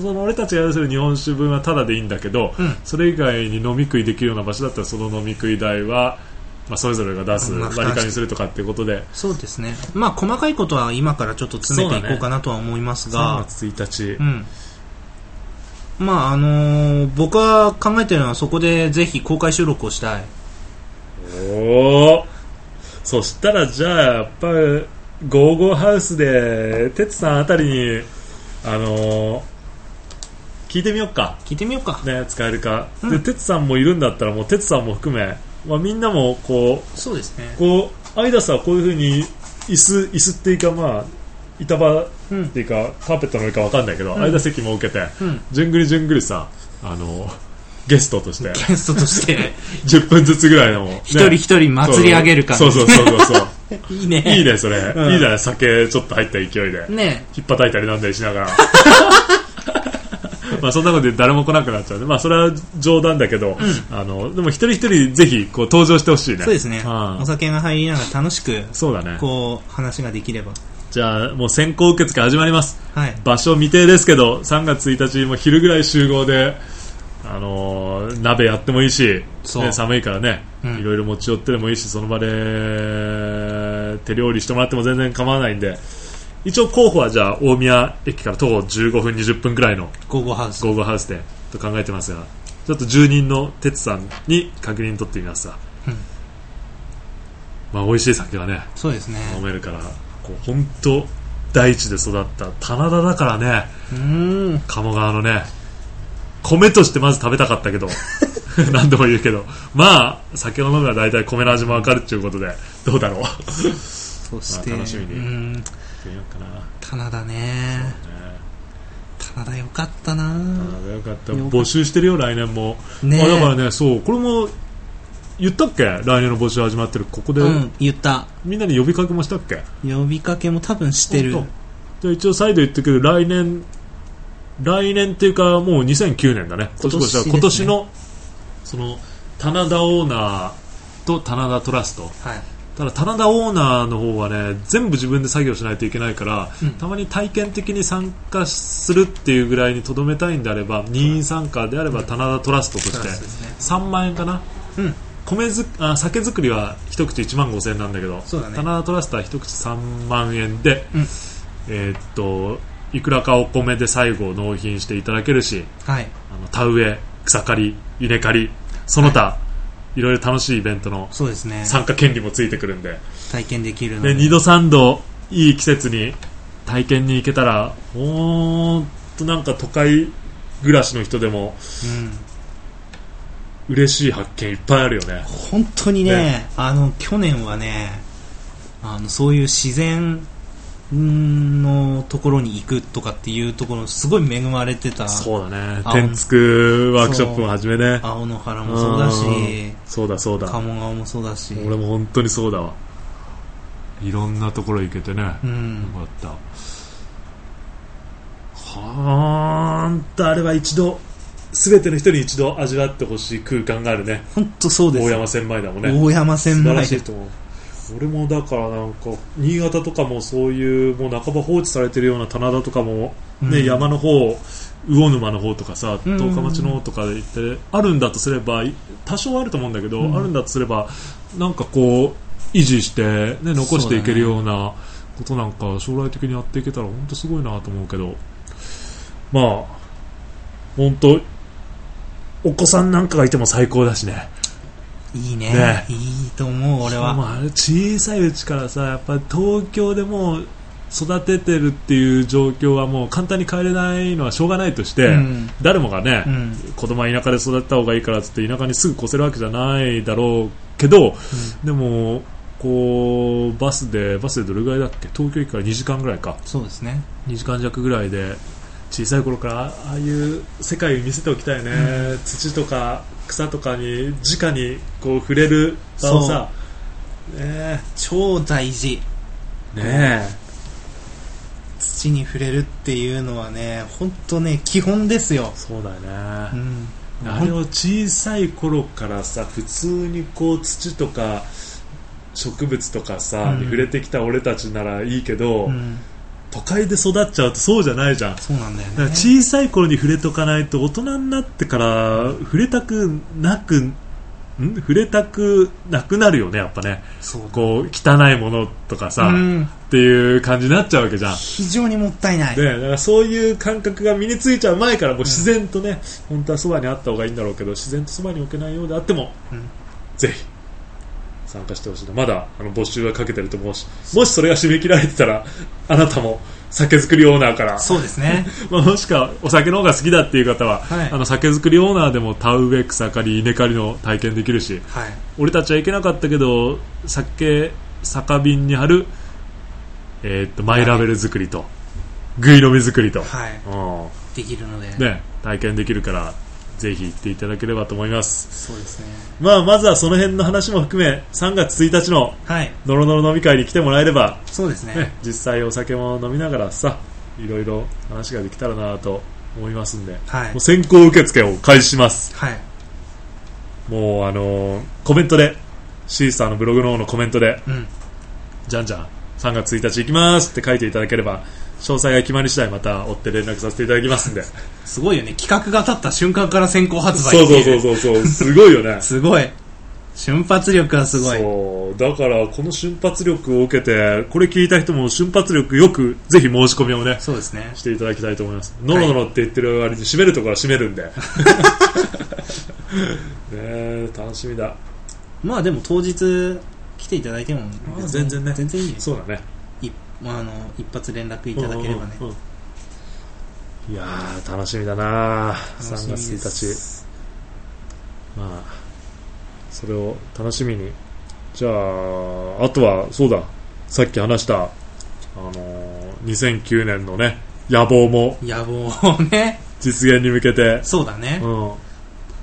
Speaker 1: そ、の俺たちが要する日本酒分はタダでいいんだけど、
Speaker 2: うん
Speaker 1: それ以外に飲み食いできるような場所だったらその飲み食い代は、まあ、それぞれが出す
Speaker 2: まあ
Speaker 1: 割り勘にするとかってことで
Speaker 2: そうですねまあ細かいことは今からちょっと詰めていこうかなとは思います
Speaker 1: 3
Speaker 2: が
Speaker 1: 月1日、
Speaker 2: うんまああのー僕は考えてるのはそこでぜひ公開収録をしたい
Speaker 1: おおそしたらじゃあやっぱゴーゴーハウスで哲さんあたりにあのー聞いてみようか
Speaker 2: 聞いてみようか
Speaker 1: ね使えるか、
Speaker 2: うん
Speaker 1: で哲さんもいるんだったらもう哲さんも含め、まあ、みんなもこ
Speaker 2: そうですね
Speaker 1: うこうアイダスはこういうふうに椅子椅子っていうかまあ板場っ
Speaker 2: うん
Speaker 1: ていうかカーペットの上かわかんないけど、
Speaker 2: うん
Speaker 1: アイダ席も受けて
Speaker 2: うん
Speaker 1: じゅんぐりじゅんぐりさあのゲストとして
Speaker 2: ゲストとして
Speaker 1: 10分ずつぐらいの、ね、
Speaker 2: 一人一人祭り上げる感じ、
Speaker 1: そうそうそうそう そう
Speaker 2: いいね
Speaker 1: いいねそれ、
Speaker 2: ん
Speaker 1: いいね酒ちょっと入った勢いで
Speaker 2: ね
Speaker 1: 引っ叩いたりなんだりしながら まあそんなことで誰も来なくなっちゃうんで、まあ、それは冗談だけど、あのでも一人一人ぜひこう登場してほしいね
Speaker 2: そうですね
Speaker 1: うん
Speaker 2: お酒が入りながら楽しく
Speaker 1: そうだね
Speaker 2: こう話ができれば
Speaker 1: じゃあもう先行受付始まります
Speaker 2: はい
Speaker 1: 場所未定ですけど3月1日も昼ぐらい集合で、あのー鍋やってもいいし、
Speaker 2: そう
Speaker 1: ね、寒いからね、
Speaker 2: うん
Speaker 1: いろいろ持ち寄ってでもいいしその場で手料理してもらっても全然構わないんで一応候補はじゃあ大宮駅から徒歩15分20分ぐらいの
Speaker 2: ゴーゴーハウス
Speaker 1: ゴーゴーハウスでと考えてますがちょっと住人の哲さんに確認取ってみますが、
Speaker 2: うん
Speaker 1: まあ美味しい酒がね
Speaker 2: そうですね
Speaker 1: 飲めるからこう本当大地で育った棚田だからね
Speaker 2: うーん
Speaker 1: 鴨川のね米としてまず食べたかった けど何度も言うけどまあ酒を飲めば大体米の味もわかるっていうことでどうだろう
Speaker 2: そして、
Speaker 1: まあ楽しみに
Speaker 2: うーん
Speaker 1: よかな、
Speaker 2: 棚田ね棚田よかったな
Speaker 1: よかった
Speaker 2: よかった
Speaker 1: 募集してるよ来年も、
Speaker 2: ね
Speaker 1: あだからねそうこれも言ったっけ来年の募集始まってるここで、
Speaker 2: うん言った
Speaker 1: みんなに呼びかけもしたっけ
Speaker 2: 呼びかけも多分してる
Speaker 1: 本当じゃあ一応再度言ってくる来年来年っていうかもう2009年だね
Speaker 2: 今年ですね
Speaker 1: 今年のその棚田オーナーと棚田トラスト
Speaker 2: はい
Speaker 1: ただ棚田オーナーの方はね全部自分で作業しないといけないから、
Speaker 2: うん
Speaker 1: たまに体験的に参加するっていうぐらいにとどめたいんであれば任意参加であれば棚田トラストと
Speaker 2: プ
Speaker 1: し
Speaker 2: ラ
Speaker 1: て
Speaker 2: スですね
Speaker 1: 3万円かな、
Speaker 2: うん
Speaker 1: 米づあ酒造りは一口1万5000円なんだけど
Speaker 2: そうだね
Speaker 1: 棚田トラストは一口3万円で、
Speaker 2: うん
Speaker 1: えーっといくらかお米で最後納品していただけるし
Speaker 2: はい
Speaker 1: あの田植え草刈り稲刈りその他、い、ろいろ楽しいイベントの
Speaker 2: そうですね
Speaker 1: 参加権利もついてくるんで
Speaker 2: 体験できるの
Speaker 1: で
Speaker 2: で
Speaker 1: 2度3度いい季節に体験に行けたらほんとなんか都会暮らしの人でも
Speaker 2: うん
Speaker 1: 嬉しい発見いっぱいあるよね
Speaker 2: 本当にね
Speaker 1: ね
Speaker 2: あの去年はねあのそういう自然のところに行くとかっていうところすごい恵まれてた
Speaker 1: そうだね
Speaker 2: あ
Speaker 1: 天つくワークショップも始めね
Speaker 2: 青野原もそうだし
Speaker 1: そうだそうだ
Speaker 2: 鴨川もそうだし
Speaker 1: 俺も本当にそうだわいろんなところ行けてね、
Speaker 2: う
Speaker 1: よ
Speaker 2: ん
Speaker 1: かったはーんとあれは一度全ての人に一度味わってほしい空間があるね
Speaker 2: 本当そうです
Speaker 1: 大山千枚田もね
Speaker 2: 大山千
Speaker 1: 素晴ら
Speaker 2: 枚
Speaker 1: しい
Speaker 2: で
Speaker 1: と思う俺もだからなんか新潟とかもそういうもう半ば放置されてるような棚田とかも、ね
Speaker 2: うん
Speaker 1: 山の方魚沼の方とかさ
Speaker 2: うん
Speaker 1: 十日町の方とかで行って、あるんだとすればい多少はあると思うんだけど、
Speaker 2: うん
Speaker 1: あるんだとすればなんかこう維持して、ね、残していけるようなことなんか将来的にやっていけたら本当すごいなと思うけどまあ本当お子さんなんかがいても最高だしね。
Speaker 2: いいね
Speaker 1: ね
Speaker 2: いいと思う俺
Speaker 1: もう
Speaker 2: は
Speaker 1: あれ小さいうちからさやっぱり東京でもう育ててるっていう状況はもう簡単に変えれないのはしょうがないとして、
Speaker 2: うん
Speaker 1: 誰もがね、
Speaker 2: うん
Speaker 1: 子供は田舎で育った方がいいからっつって田舎にすぐ越せるわけじゃないだろうけど、でもこうバスでバスでどれぐらいだっけ東京駅から2時間ぐらいか
Speaker 2: そうですね
Speaker 1: 2時間弱ぐらいで小さい頃からあああいう世界を見せておきたいね、土とか草とかに直にこう触れる場をさね
Speaker 2: 超大事
Speaker 1: えね
Speaker 2: 土に触れるっていうのはね本当ね基本ですよ
Speaker 1: え、そうだよね、
Speaker 2: うん、
Speaker 1: あれを小さい頃からさ普通にこう土とか植物とかさ、
Speaker 2: うん
Speaker 1: に触れてきた俺たちならいいけど、
Speaker 2: うん、
Speaker 1: 都会で育っちゃうとそうじゃないじゃんだか
Speaker 2: そうなんだよね
Speaker 1: ら小さい頃に触れとかないと大人になってから触れたくなくん触れたくなくなるよねやっぱね
Speaker 2: そう
Speaker 1: こう汚いものとかさ、
Speaker 2: う
Speaker 1: っ
Speaker 2: ん、
Speaker 1: ていう感じになっちゃうわけじゃん
Speaker 2: 非常にもったいない、
Speaker 1: ね、だからそういう感覚が身についちゃう前からもう自然とね、本当はそばにあった方がいいんだろうけど自然とそばに置けないようであっても、
Speaker 2: うん
Speaker 1: ぜひ参加してほしいなまだあの募集はかけてると思うしもしそれが締め切られてたらあなたも酒造りオーナーから、
Speaker 2: そうですね
Speaker 1: まあ、もしくはお酒の方が好きだっていう方は、
Speaker 2: はい
Speaker 1: あの酒造りオーナーでも田植え草刈り稲刈りの体験できるし
Speaker 2: はい
Speaker 1: 俺たちは行けなかったけど酒酒瓶に貼る、えーっとマイラベル作りと、ぐいのみ作りと。
Speaker 2: はい
Speaker 1: うん
Speaker 2: できるので、
Speaker 1: ね、体験できるからぜひ行っていただければと思います、
Speaker 2: そうですね
Speaker 1: まあ、まずはその辺の話も含め3月1日の
Speaker 2: はい
Speaker 1: ノロノロ飲み会に来てもらえれば、
Speaker 2: そうですね
Speaker 1: ね、実際お酒も飲みながらさいろいろ話ができたらなと思いますんでも
Speaker 2: はいう
Speaker 1: 先行受付を開始します
Speaker 2: はい
Speaker 1: もうあのーコメントでシーサーのブログの方のコメントで
Speaker 2: うん
Speaker 1: じゃんじゃん3月1日行きますって書いていただければ詳細が決まり次第また追って連絡させていただきますんで
Speaker 2: すごいよね企画が立った瞬間から先行発売
Speaker 1: そう
Speaker 2: って
Speaker 1: そ
Speaker 2: いう
Speaker 1: そうそう そうすごいよね
Speaker 2: すごい瞬発力がすごい
Speaker 1: そうだからこの瞬発力を受けてこれ聞いた人も瞬発力よくぜひ申し込みをね
Speaker 2: そうですね
Speaker 1: していただきたいと思いますノロノロって言ってる割に締めるところは締め るんでねえ楽しみだ
Speaker 2: まあでも当日来ていただいても
Speaker 1: あ全然ね
Speaker 2: 全然いいです
Speaker 1: そうだね
Speaker 2: いあの一発連絡いただければね
Speaker 1: うんうんうんいやー楽しみだな
Speaker 2: 楽し
Speaker 1: 3
Speaker 2: みで
Speaker 1: 月1
Speaker 2: す
Speaker 1: 日まあそれを楽しみにじゃああとはそうださっき話したあのー2009年のね野望も
Speaker 2: 野望をね
Speaker 1: 実現に向けて、
Speaker 2: そうだね
Speaker 1: うん、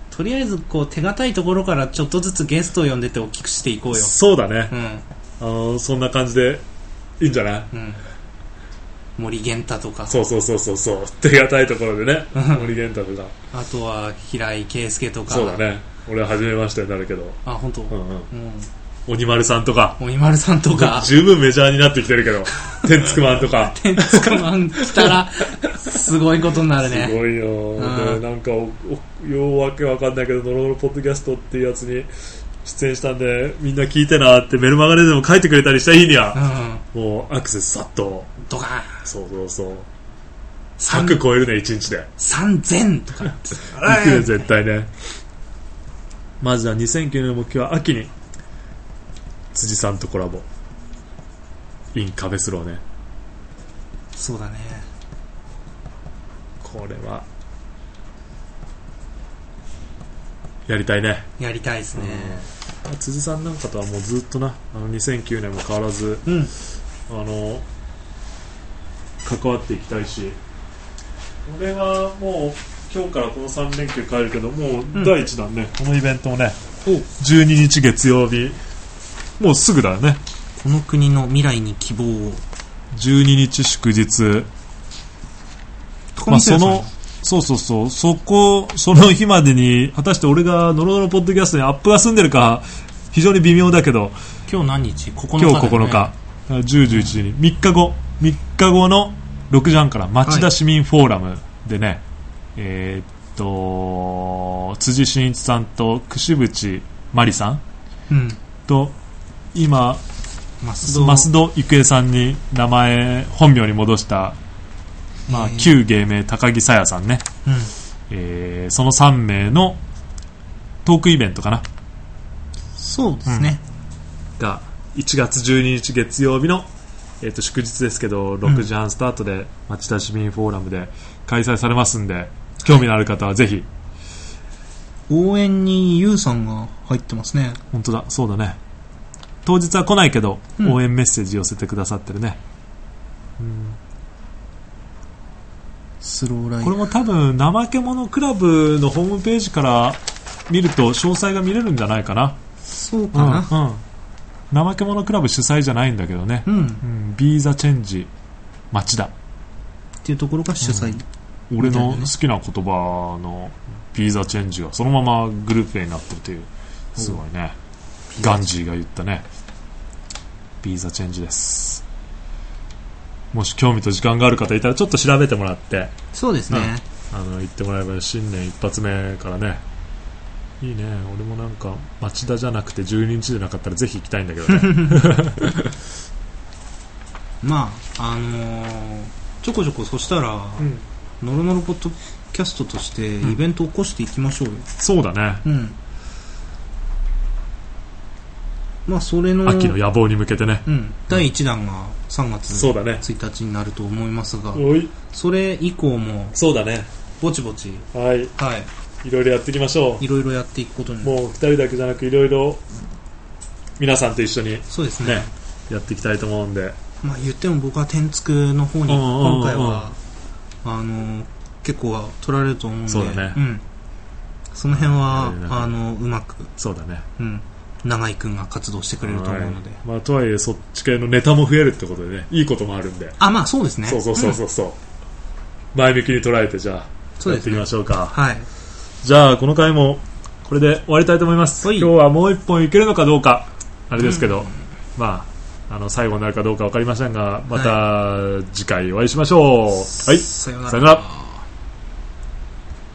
Speaker 2: とりあえずこう手堅いところからちょっとずつゲストを呼んでって大きくしていこうよ
Speaker 1: そうだね
Speaker 2: う、ん
Speaker 1: あのそんな感じでいいんじゃない
Speaker 2: うん森源太とか
Speaker 1: そうそうそうそうそう手堅いところでね
Speaker 2: うん
Speaker 1: 森源太とか
Speaker 2: あとは平井圭介とか
Speaker 1: そうだね俺は初めましてになるけど、
Speaker 2: あ本当。
Speaker 1: う
Speaker 2: うん
Speaker 1: うん、
Speaker 2: ん
Speaker 1: 鬼丸さんとか
Speaker 2: おいまるさんとか
Speaker 1: 十分メジャーになってきてるけど天竺マンとか
Speaker 2: 天竺マン来たらすごいことにな る
Speaker 1: す
Speaker 2: ね
Speaker 1: ごいよ、
Speaker 2: うん
Speaker 1: でなんかおおようわけわかんないけど「ノロノロポッドキャスト」っていうやつに出演したんでみんな聞いてなってメルマガででも書いてくれたりした日に
Speaker 2: う
Speaker 1: は
Speaker 2: ん
Speaker 1: もうアクセスさっと
Speaker 2: とか
Speaker 1: そうそうそう
Speaker 2: 三
Speaker 1: 100超えるね1日で
Speaker 2: 3000と か
Speaker 1: 行くよ絶対ねまずは2009年の目標は秋に辻さんとコラボ in カベスローね
Speaker 2: そうだね
Speaker 1: これはやりたいね
Speaker 2: やりたいですね
Speaker 1: 辻さんなんかとはもうずっとなあの2009年も変わらず
Speaker 2: うん
Speaker 1: あの関わっていきたいし俺はもう今日からこの3連休帰るけどもう第1弾ね、このイベントもね12日月曜日もうすぐだよね
Speaker 2: この国の未来に希望を
Speaker 1: 12日祝日、まあ、そのそうそうそうそこその日までに果たして俺がノロノロポッドキャストにアップが済んでるか非常に微妙だけど
Speaker 2: 今日何日9日だよ
Speaker 1: 今
Speaker 2: ね
Speaker 1: 日9日、10、11時に3日後3日後の6時半から町田市民フォーラムでね、えーっと辻真一さんと櫛渕真理さん
Speaker 2: うん
Speaker 1: と今
Speaker 2: 増
Speaker 1: 増戸郁恵さんに名前本名に戻した、まあ、旧芸名高木さやさんね、
Speaker 2: うん
Speaker 1: えーその3名のトークイベントかな
Speaker 2: そうですね
Speaker 1: が1月12日月曜日の、えー、と祝日ですけど6時半スタートで町田市民フォーラムで開催されますんで興味のある方はぜひ
Speaker 2: 応援にゆうさんが入ってますね
Speaker 1: 本当だそうだね当日は来ないけど、
Speaker 2: うん
Speaker 1: 応援メッセージ寄せてくださってるね、
Speaker 2: スローライ
Speaker 1: これ
Speaker 2: フ
Speaker 1: も多分怠け者クラブのホームページから見ると詳細が見れるんじゃないかな
Speaker 2: そうかな
Speaker 1: うんうん、怠け者クラブ主催じゃないんだけどね、
Speaker 2: うん、っ
Speaker 1: うん、ビーザチェンジ町田
Speaker 2: ていうところが主催、
Speaker 1: 俺
Speaker 2: みたい
Speaker 1: の
Speaker 2: なね
Speaker 1: 好きな言葉のビーザチェンジがそのままグループ A になってるというすごいねガンジーが言ったねビーザチェンジですもし興味と時間がある方いたらちょっと調べてもらって
Speaker 2: そうですね、
Speaker 1: あの行ってもらえば新年一発目からねいいね俺もなんか町田じゃなくて12日じゃなかったらぜひ行きたいんだけど ね
Speaker 2: まああのーちょこちょこそしたら、
Speaker 1: ん
Speaker 2: ノロノロポッドキャストとして
Speaker 1: うん
Speaker 2: イベントを起こしていきましょうよ
Speaker 1: そうだね
Speaker 2: うん、まあそれの
Speaker 1: 秋の野望に向けてね
Speaker 2: うん、第1弾が3月
Speaker 1: そうだね
Speaker 2: 1日になると思いますが、
Speaker 1: おい
Speaker 2: それ以降も
Speaker 1: そうだね
Speaker 2: ぼちぼち、
Speaker 1: はい
Speaker 2: はい
Speaker 1: ろいろやっていきましょう
Speaker 2: い、いろいろやっていくことに
Speaker 1: もう2人だけじゃなくいろいろ皆さんと一緒に
Speaker 2: そうですね
Speaker 1: ねやっていきたいと思うんで
Speaker 2: まあ、言っても僕は天竺の方に
Speaker 1: うんうんうんうん
Speaker 2: 今回はあの結構は取られると思うんで
Speaker 1: そうだね
Speaker 2: ん、その辺は
Speaker 1: うん
Speaker 2: あのうまく、
Speaker 1: そうだね、
Speaker 2: うん、長井君が活動してくれると思うので、
Speaker 1: はいまあ、とはいえそっち系のネタも増えるってことでねいいこともあるんで、
Speaker 2: あまあそうですね
Speaker 1: そうそうそうそう そう前向きに捉えてじゃあ
Speaker 2: そう
Speaker 1: やって
Speaker 2: です
Speaker 1: いき
Speaker 2: ね
Speaker 1: ましょうか
Speaker 2: はい
Speaker 1: じゃあこの回もこれで終わりたいと思います
Speaker 2: は
Speaker 1: 今
Speaker 2: い
Speaker 1: 日はもう一本いけるのかどうかあれですけど、まああの最後になるかどうか分かりませんがまた次回お会いしましょう、はい、
Speaker 2: さような
Speaker 1: さよ
Speaker 2: ら
Speaker 1: なら